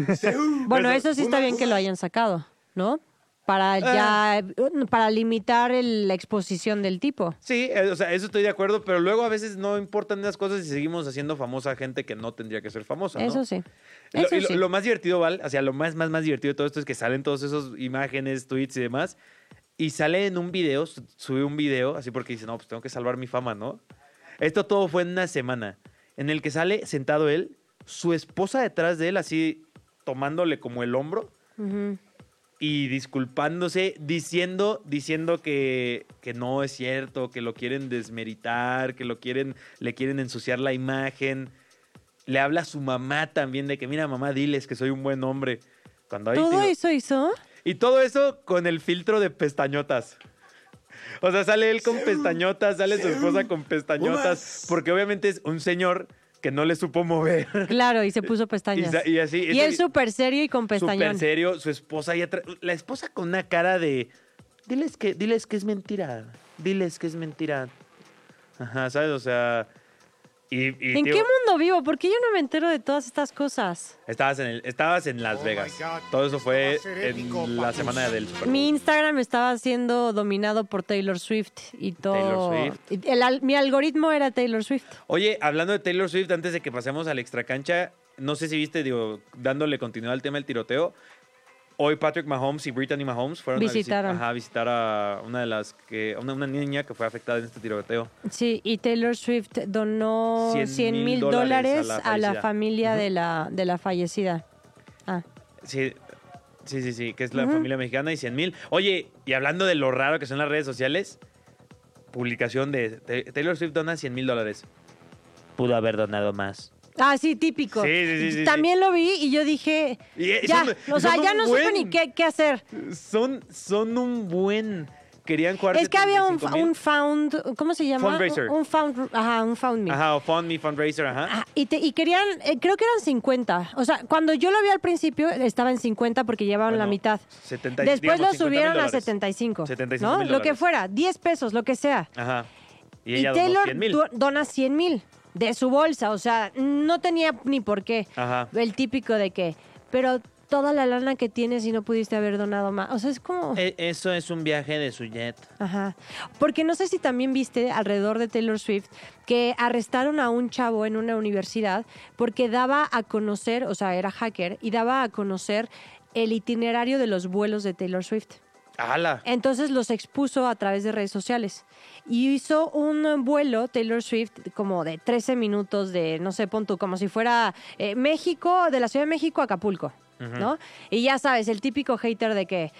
Speaker 2: es.
Speaker 3: Bueno,
Speaker 2: Pero-
Speaker 3: eso sí está bien que lo hayan sacado, ¿no?
Speaker 2: Eh.
Speaker 3: Para ya, para limitar el- la exposición del tipo.
Speaker 2: Sí, eh, o sea, eso estoy de acuerdo, pero luego a veces no importan esas cosas y seguimos haciendo famosa a gente que no tendría que ser famosa. ¿no?
Speaker 3: Eso sí.
Speaker 2: Lo,
Speaker 3: Eso
Speaker 2: y lo-
Speaker 3: sí.
Speaker 2: lo más divertido, Val, o sea, lo más, más, más divertido de todo esto es que salen todas esas imágenes, tweets y demás, y sale en un video, su- sube un video, así porque dice, no, pues tengo que salvar mi fama, ¿no? Esto todo fue en una semana, en el que sale sentado él, su esposa detrás de él, así tomándole como el hombro
Speaker 3: Ujú.
Speaker 2: y disculpándose, diciendo, diciendo que, que no es cierto, que lo quieren desmeritar, que lo quieren, le quieren ensuciar la imagen. Le habla a su mamá también de que, mira, mamá, diles que soy un buen hombre. Cuando ahí
Speaker 3: ¿Todo
Speaker 2: digo-
Speaker 3: eso hizo?
Speaker 2: Y todo eso con el filtro de pestañotas. O sea, sale él con pestañotas, sale su esposa con pestañotas, porque obviamente es un señor que no le supo mover.
Speaker 3: Claro, y se puso pestañas.
Speaker 2: sa- y así,
Speaker 3: Y
Speaker 2: eso-
Speaker 3: él súper serio y con
Speaker 2: Súper
Speaker 3: pestañón.
Speaker 2: serio, su esposa ahí atrás. La esposa con una cara de. Diles que, diles que es mentira. Diles que es mentira. Ajá, ¿sabes? O sea. Y, y,
Speaker 3: ¿En
Speaker 2: tío,
Speaker 3: qué mundo vivo? ¿Por qué yo no me entero de todas estas cosas?
Speaker 2: Estabas en, el- estabas en Las Vegas. Todo eso fue en la semana del Super Bowl.
Speaker 3: Mi Instagram estaba siendo dominado por Taylor Swift y todo.
Speaker 2: Taylor
Speaker 3: y el al- mi algoritmo era Taylor Swift.
Speaker 2: Oye, hablando de Taylor Swift, antes de que pasemos a la extracancha, no sé si viste, digo, dándole continuidad al tema del tiroteo. Hoy Patrick Mahomes y Brittany Mahomes fueron a,
Speaker 3: Visitaron.
Speaker 2: visi- ajá, a visitar a una de las que, a una, una niña que fue afectada en este tiroteo.
Speaker 3: Sí, y Taylor Swift donó
Speaker 2: 100
Speaker 3: 100
Speaker 2: mil
Speaker 3: mil
Speaker 2: dólares a
Speaker 3: dólares
Speaker 2: la
Speaker 3: a la
Speaker 2: fallecida.
Speaker 3: familia de, la, de la fallecida. Ah,
Speaker 2: Sí, sí, sí, sí, que es la familia mexicana y 100 mil. Oye, y hablando de lo raro que son las redes sociales, publicación de Te- Taylor Swift dona 100 mil dólares. Pudo haber donado más.
Speaker 3: Ah, sí, típico.
Speaker 2: Sí, sí, sí, sí,
Speaker 3: También lo vi y yo dije,
Speaker 2: Y es
Speaker 3: ya,
Speaker 2: un-
Speaker 3: o sea,
Speaker 2: son un
Speaker 3: ya no supe
Speaker 2: buen.
Speaker 3: ni qué, qué hacer.
Speaker 2: Son, son un buen... Querían jugar
Speaker 3: Es que había un,
Speaker 2: 75,000.
Speaker 3: un found, ¿cómo se llama?
Speaker 2: Fundraiser.
Speaker 3: Un found, ajá, un found me.
Speaker 2: Ajá, o Fund Me Fundraiser, ajá.
Speaker 3: Ah, y, te- y querían, eh, creo que eran 50. O sea, cuando yo lo vi al principio, estaba en 50 porque llevaban la
Speaker 2: Bueno,
Speaker 3: mitad.
Speaker 2: 70 y-
Speaker 3: Después
Speaker 2: digamos,
Speaker 3: lo
Speaker 2: 50 mil
Speaker 3: subieron a
Speaker 2: dólares.
Speaker 3: 75.
Speaker 2: 75
Speaker 3: ¿no?
Speaker 2: mil
Speaker 3: Lo que
Speaker 2: dólares.
Speaker 3: fuera, 10 pesos, lo que sea.
Speaker 2: Ajá. Y
Speaker 3: Y,
Speaker 2: ella donó
Speaker 3: Taylor
Speaker 2: 100 mil.
Speaker 3: du- dona 100 mil de su bolsa. O sea, no tenía ni por qué.
Speaker 2: Ajá.
Speaker 3: El típico de que, pero toda la lana que tienes y no pudiste haber donado más. O sea, es como...
Speaker 2: E, Eso es un viaje de su jet.
Speaker 3: Ajá. Porque no sé si también viste alrededor de Taylor Swift que arrestaron a un chavo en una universidad porque daba a conocer, o sea, era hacker, y daba a conocer el itinerario de los vuelos de Taylor Swift.
Speaker 2: ¡Hala!
Speaker 3: Entonces los expuso a través de redes sociales. Y hizo un vuelo Taylor Swift como de 13 minutos de, no sé, pon tú, como si fuera eh, México, de la Ciudad de México a Acapulco, ¿no? Y ya sabes, el típico hater de que,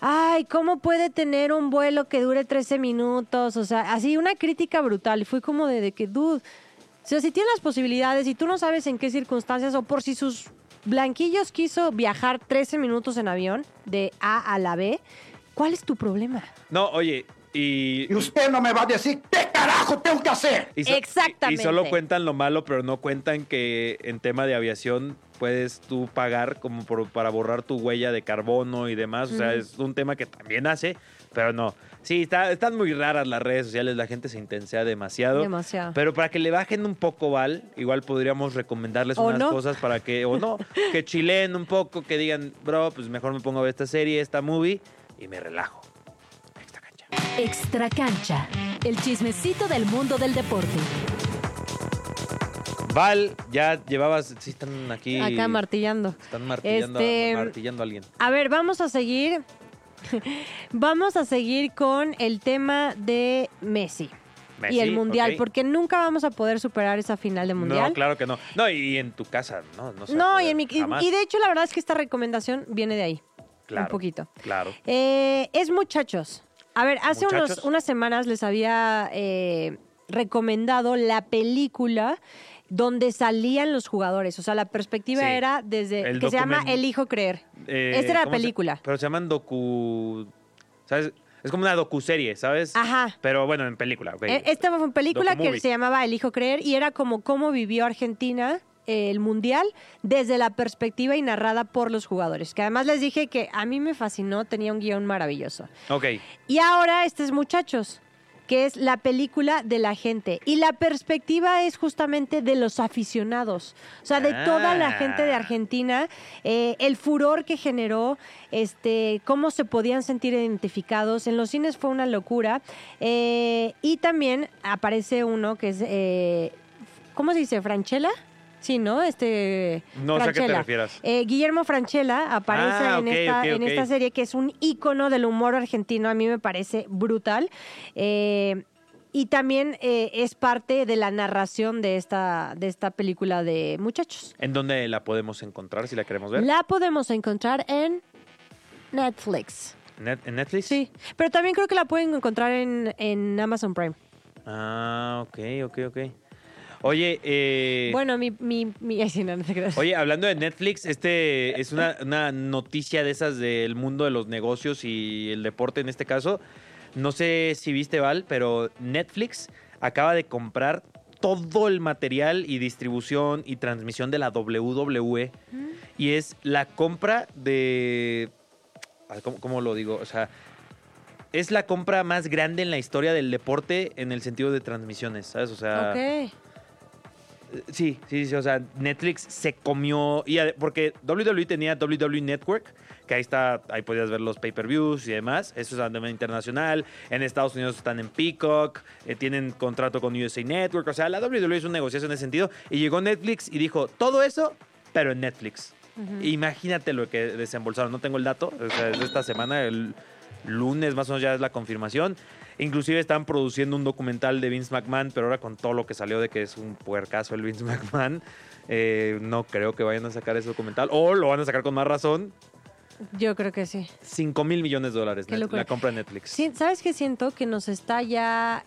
Speaker 3: ay, ¿cómo puede tener un vuelo que dure 13 minutos? O sea, así una crítica brutal. Y fue como de, de que, dude, o sea, si tienes las posibilidades y tú no sabes en qué circunstancias o por si sus blanquillos quiso viajar 13 minutos en avión de A a la B, ¿cuál es tu problema?
Speaker 2: No, oye, y...
Speaker 7: Y usted no me va a decir qué carajo tengo que hacer.
Speaker 2: y so- y-
Speaker 3: Exactamente.
Speaker 2: Y solo cuentan lo malo, pero no cuentan que en tema de aviación puedes tú pagar como por- para borrar tu huella de carbono y demás. O sea, es un tema que también hace, pero no. Sí, está- están muy raras las redes sociales, la gente se intensea demasiado.
Speaker 3: Demasiado.
Speaker 2: Pero para que le bajen un poco, Val, igual podríamos recomendarles
Speaker 3: ¿O
Speaker 2: unas
Speaker 3: no?
Speaker 2: cosas para que, o no,
Speaker 3: *laughs*
Speaker 2: que chileen un poco, que digan, bro, pues mejor me pongo a ver esta serie, esta movie y me relajo. Ahí está, cancha.
Speaker 4: Extra cancha. El chismecito del mundo del deporte.
Speaker 2: Val, ya llevabas, sí están aquí.
Speaker 3: Acá martillando.
Speaker 2: Están martillando, a-
Speaker 3: Este,
Speaker 2: martillando a alguien.
Speaker 3: A ver, vamos a seguir. *laughs* vamos a seguir con el tema de Messi.
Speaker 2: Messi,
Speaker 3: y el mundial,
Speaker 2: ok.
Speaker 3: porque nunca vamos a poder superar esa final de mundial.
Speaker 2: No, claro que no. No, y en tu casa, no, no sé.
Speaker 3: No, y, en mi- y- y de hecho la verdad es que esta recomendación viene de ahí. Un poquito.
Speaker 2: Claro.
Speaker 3: Eh, es muchachos. A ver, hace
Speaker 2: Muchachos.
Speaker 3: unos, unas semanas les había eh, recomendado la película donde salían los jugadores. O sea, la perspectiva
Speaker 2: Sí.
Speaker 3: era desde
Speaker 2: El
Speaker 3: que se llama
Speaker 2: document-
Speaker 3: Elijo Creer.
Speaker 2: Eh,
Speaker 3: Esta era la
Speaker 2: ¿cómo se-
Speaker 3: película.
Speaker 2: pero se llaman docu. ¿Sabes? Es como una docuserie, ¿sabes?
Speaker 3: Ajá.
Speaker 2: Pero bueno, en película. ok.
Speaker 3: Eh, Esta fue una película que
Speaker 2: Documovie.
Speaker 3: se llamaba El Hijo Creer y era como cómo vivió Argentina eh, el Mundial desde la perspectiva y narrada por los jugadores. Que además les dije que a mí me fascinó, tenía un guión maravilloso.
Speaker 2: Ok.
Speaker 3: Y ahora este es Muchachos, que es la película de la gente. Y la perspectiva es justamente de los aficionados, o sea, de toda la
Speaker 2: Ah.
Speaker 3: gente de Argentina, eh, el furor que generó, este, cómo se podían sentir identificados. En los cines fue una locura. Eh, y también aparece uno que es, eh, ¿cómo se dice? ¿Franchela? Sí, ¿no? Este,
Speaker 2: No sé a qué te
Speaker 3: Francella.
Speaker 2: refieras.
Speaker 3: Eh, Guillermo Franchella aparece
Speaker 2: Ah,
Speaker 3: en,
Speaker 2: ok,
Speaker 3: esta,
Speaker 2: ok,
Speaker 3: en
Speaker 2: ok.
Speaker 3: esta serie que es un ícono del humor argentino, a mí me parece brutal. Eh, y también eh, es parte de la narración de esta, de esta película de muchachos.
Speaker 2: ¿En dónde la podemos encontrar si la queremos ver?
Speaker 3: La podemos encontrar en Netflix.
Speaker 2: ¿Net- ¿En Netflix?
Speaker 3: Sí, pero también creo que la pueden encontrar en, en Amazon Prime.
Speaker 2: Ah, ok, ok, ok. Oye, eh,
Speaker 3: Bueno, mi... mi, mi- ay, sí, no, no te *laughs* creas.
Speaker 2: Oye, hablando de Netflix, este es una, una noticia de esas del mundo de los negocios y el deporte en este caso. No sé si viste, Val, pero Netflix acaba de comprar todo el material y distribución y transmisión de la WWE. Y es la compra de... ah, ¿Cómo, cómo lo digo? O sea, es la compra más grande en la historia del deporte en el sentido de transmisiones, ¿sabes? O sea...
Speaker 3: Ok.
Speaker 2: Sí, sí, sí. O sea, Netflix se comió. Y ade- porque WWE tenía WWE Network, que ahí está, ahí podías ver los pay-per-views y demás. Eso es a nivel internacional. En Estados Unidos están en Peacock, eh, tienen contrato con USA Network. O sea, la WWE es un negocio en ese sentido. Y llegó Netflix y dijo, todo eso, pero en Netflix. Imagínate lo que desembolsaron. No tengo el dato. O sea, es de esta semana, el lunes más o menos ya es la confirmación. Inclusive están produciendo un documental de Vince McMahon, pero ahora con todo lo que salió de que es un puercazo el Vince *laughs* McMahon, eh, no creo que vayan a sacar ese documental. O lo van a sacar con más razón.
Speaker 3: Yo creo que sí.
Speaker 2: 5 mil millones de dólares
Speaker 3: Qué
Speaker 2: net-
Speaker 3: locura.
Speaker 2: la compra de Netflix.
Speaker 3: Sí, ¿Sabes qué siento? Que nos está ya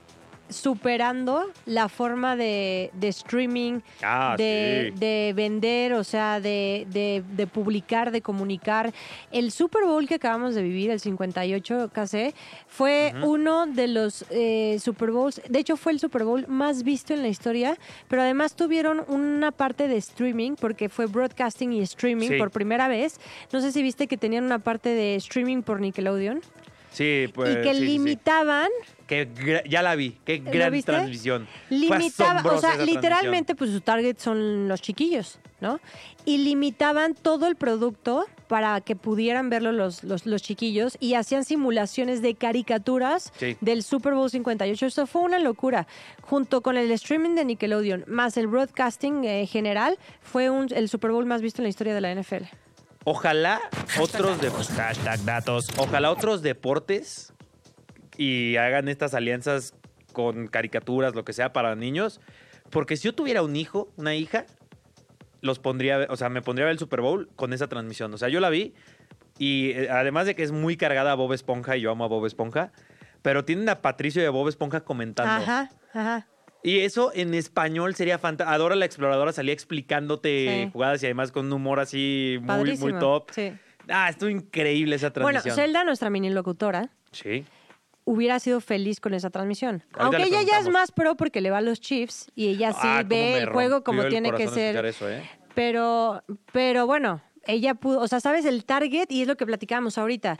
Speaker 3: superando la forma de, de streaming,
Speaker 2: Ah,
Speaker 3: de,
Speaker 2: sí.
Speaker 3: de vender, o sea, de, de- de publicar, de comunicar. El Super Bowl que acabamos de vivir, el 58 KC, fue uno de los eh, Super Bowls, de hecho fue el Super Bowl más visto en la historia, pero además tuvieron una parte de streaming, porque fue broadcasting y streaming
Speaker 2: Sí.
Speaker 3: por primera vez. No sé si viste que tenían una parte de streaming por Nickelodeon
Speaker 2: Sí, pues.
Speaker 3: y
Speaker 2: sí,
Speaker 3: que
Speaker 2: sí, sí.
Speaker 3: limitaban,
Speaker 2: Que gra- ya la vi. Qué
Speaker 3: ¿Lo
Speaker 2: gran
Speaker 3: viste?
Speaker 2: transmisión. Fue
Speaker 3: limitaban, o
Speaker 2: asombrosa
Speaker 3: sea,
Speaker 2: esa
Speaker 3: literalmente pues su target son los chiquillos, ¿no? Y limitaban todo el producto para que pudieran verlo los, los, los chiquillos y hacían simulaciones de caricaturas
Speaker 2: Sí.
Speaker 3: del Super Bowl 58. Eso fue una locura. Junto con el streaming de Nickelodeon más el broadcasting eh, general, fue un- el Super Bowl más visto en la historia de la NFL.
Speaker 2: Ojalá otros deportes. Ojalá otros deportes y hagan estas alianzas con caricaturas, lo que sea, para niños. Porque si yo tuviera un hijo, una hija, los pondría, a ver- o sea, me pondría a ver el Super Bowl con esa transmisión. O sea, yo la vi y eh, además de que es muy cargada a Bob Esponja y yo amo a Bob Esponja, pero tienen a Patricio y a Bob Esponja comentando.
Speaker 3: Ajá, ajá.
Speaker 2: Y eso en español sería fantástico. Adora la exploradora salía explicándote
Speaker 3: Sí.
Speaker 2: jugadas y además con un humor así muy,
Speaker 3: Padrísimo.
Speaker 2: muy top.
Speaker 3: Sí.
Speaker 2: Ah, estuvo increíble esa
Speaker 3: Bueno,
Speaker 2: transmisión.
Speaker 3: Zelda, nuestra mini locutora,
Speaker 2: Sí.
Speaker 3: hubiera sido feliz con esa transmisión.
Speaker 2: Ahorita
Speaker 3: Aunque
Speaker 2: le
Speaker 3: ella ya es
Speaker 2: preguntamos.
Speaker 3: más pro porque le va a los Chiefs y ella sí
Speaker 2: Ah, cómo me
Speaker 3: ve el juego como
Speaker 2: rompió el
Speaker 3: tiene que
Speaker 2: corazón escuchar
Speaker 3: ser.
Speaker 2: eso, ¿eh?
Speaker 3: Pero, pero bueno, ella pudo, o sea, sabes el target y es lo que platicamos ahorita.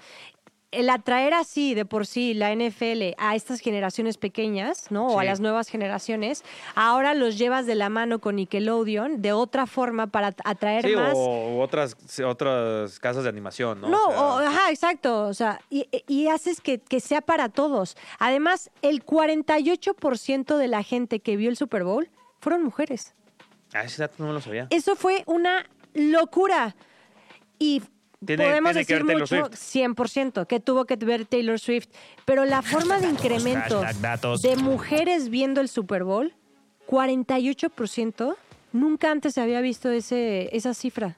Speaker 3: El atraer así de por sí la NFL a estas generaciones pequeñas, ¿no? O a
Speaker 2: Sí.
Speaker 3: las nuevas generaciones, ahora los llevas de la mano con Nickelodeon de otra forma para at- atraer
Speaker 2: Sí,
Speaker 3: más.
Speaker 2: o otras, otras casas de animación, ¿no?
Speaker 3: No,
Speaker 2: O sea,
Speaker 3: o- ajá, exacto. O sea, y, e, y haces que, que sea para todos. Además, el 48% de la gente que vio el Super Bowl fueron mujeres.
Speaker 2: ah, ese dato no me lo sabía.
Speaker 3: Eso fue una locura. Y
Speaker 2: Tiene-
Speaker 3: podemos
Speaker 2: tiene que
Speaker 3: decir
Speaker 2: ver Taylor
Speaker 3: mucho,
Speaker 2: Swift.
Speaker 3: 100%, que tuvo que ver Taylor Swift.
Speaker 2: *laughs*
Speaker 3: Pero la forma de incremento de mujeres viendo el Super Bowl, 48%, nunca antes se había visto ese, esa cifra.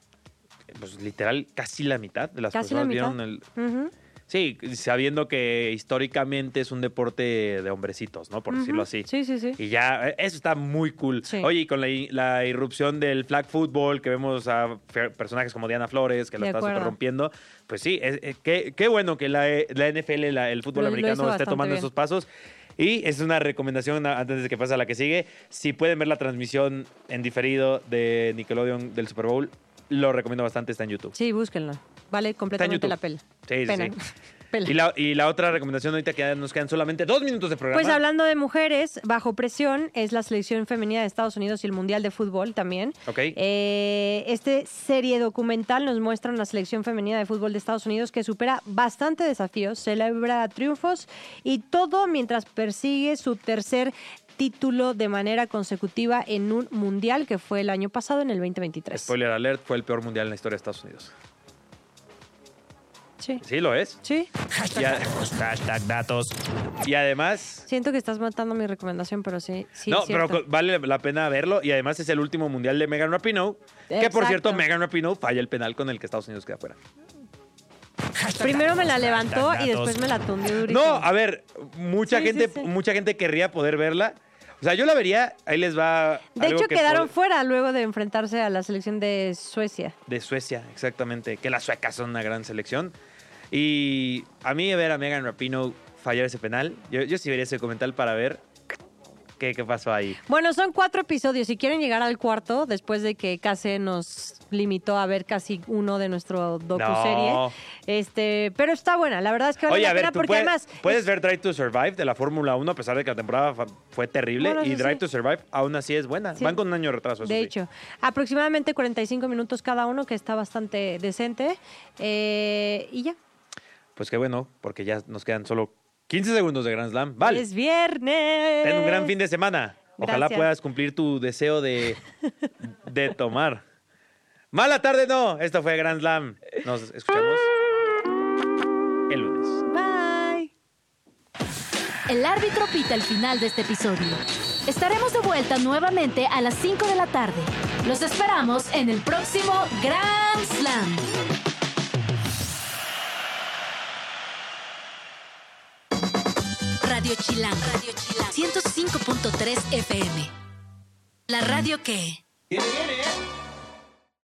Speaker 2: Pues literal, casi la mitad de las
Speaker 3: Casi la
Speaker 2: personas
Speaker 3: mitad.
Speaker 2: vieron el.
Speaker 3: Ujú.
Speaker 2: Sí, sabiendo que históricamente es un deporte de hombrecitos, ¿no? Por decirlo así.
Speaker 3: Sí, sí, sí.
Speaker 2: Y ya, eh, eso está muy cool.
Speaker 3: Sí.
Speaker 2: Oye, y con la, i- la irrupción del flag football, que vemos a fe- personajes como Diana Flores, que lo
Speaker 3: De
Speaker 2: está
Speaker 3: acuerdo.
Speaker 2: super rompiendo, pues sí, es- eh, qué, qué bueno que la, eh, la NFL, la- el fútbol
Speaker 3: Lo- lo hizo
Speaker 2: americano, esté
Speaker 3: bastante
Speaker 2: tomando
Speaker 3: bien.
Speaker 2: esos pasos. Y es una recomendación a- antes de que pase a la que sigue. Si pueden ver la transmisión en diferido de Nickelodeon del Super Bowl, lo recomiendo bastante, está en YouTube.
Speaker 3: Sí, búsquenlo. Vale completamente
Speaker 2: YouTube.
Speaker 3: la pela.
Speaker 2: Sí, sí,
Speaker 3: Pena.
Speaker 2: sí.
Speaker 3: *laughs* Pela.
Speaker 2: Y la, y la otra recomendación ahorita que ya nos quedan solamente dos minutos de programa.
Speaker 3: Pues hablando de mujeres, bajo presión es la selección femenina de Estados Unidos y el Mundial de Fútbol también.
Speaker 2: Ok.
Speaker 3: Eh, este serie documental nos muestra una selección femenina de fútbol de Estados Unidos que supera bastante desafíos, celebra triunfos y todo mientras persigue su tercer título de manera consecutiva en un mundial que fue el año pasado, en el 2023.
Speaker 2: Spoiler alert, fue el peor mundial en la historia de Estados Unidos.
Speaker 3: Sí.
Speaker 2: Sí, lo es.
Speaker 3: Sí.
Speaker 2: Y a- Hashtag datos. Y además...
Speaker 3: Siento que estás matando mi recomendación, pero sí. sí
Speaker 2: no,
Speaker 3: es cierto.
Speaker 2: pero co- vale la pena verlo. Y además es el último mundial de Megan Rapinoe. Que por
Speaker 3: Exacto.
Speaker 2: cierto, Megan Rapinoe falla el penal con el que Estados Unidos queda fuera.
Speaker 3: Primero me la levantó y después me la tundió durísimo.
Speaker 2: No, a ver, mucha
Speaker 3: Sí, sí,
Speaker 2: gente,
Speaker 3: sí.
Speaker 2: mucha gente querría poder verla. O sea, yo la vería, ahí les va.
Speaker 3: De
Speaker 2: algo
Speaker 3: hecho,
Speaker 2: que
Speaker 3: quedaron
Speaker 2: pod-
Speaker 3: fuera luego de enfrentarse a la selección de Suecia.
Speaker 2: De Suecia, exactamente. Que las suecas son una gran selección. Y a mí ver a Megan Rapino fallar ese penal, yo, yo sí vería ese documental para ver qué, qué pasó ahí.
Speaker 3: Bueno, son cuatro episodios. Si quieren llegar al cuarto, después de que Case nos limitó a ver casi uno de nuestro docuserie.
Speaker 2: No.
Speaker 3: Este, pero está buena. La verdad es que vale
Speaker 2: Oye,
Speaker 3: la
Speaker 2: a ver,
Speaker 3: pena
Speaker 2: tú
Speaker 3: porque
Speaker 2: puedes,
Speaker 3: además.
Speaker 2: puedes ver Drive to Survive de la Fórmula 1, a pesar de que la temporada fa- fue terrible.
Speaker 3: Bueno,
Speaker 2: y
Speaker 3: eso
Speaker 2: Drive
Speaker 3: sí.
Speaker 2: to Survive aún así es buena.
Speaker 3: Sí.
Speaker 2: Van con un año de retraso. eso
Speaker 3: De
Speaker 2: sí.
Speaker 3: hecho, aproximadamente 45 minutos cada uno, que está bastante decente. Eh, y ya.
Speaker 2: Pues qué bueno, porque ya nos quedan solo 15 segundos de Grand Slam. Vale.
Speaker 3: Es viernes.
Speaker 2: Ten un gran fin de semana. Ojalá
Speaker 3: Gracias.
Speaker 2: puedas cumplir tu deseo de, de tomar. Mala tarde, no. Esto fue Grand Slam. Nos escuchamos el lunes.
Speaker 3: Bye.
Speaker 4: El árbitro pita el final de este episodio. Estaremos de vuelta nuevamente a las 5 de la tarde. Los esperamos en el próximo Grand Slam. Radio Chilán, Radio Chilán, 105.3 FM. La radio que...
Speaker 1: Viene, viene, ¿eh?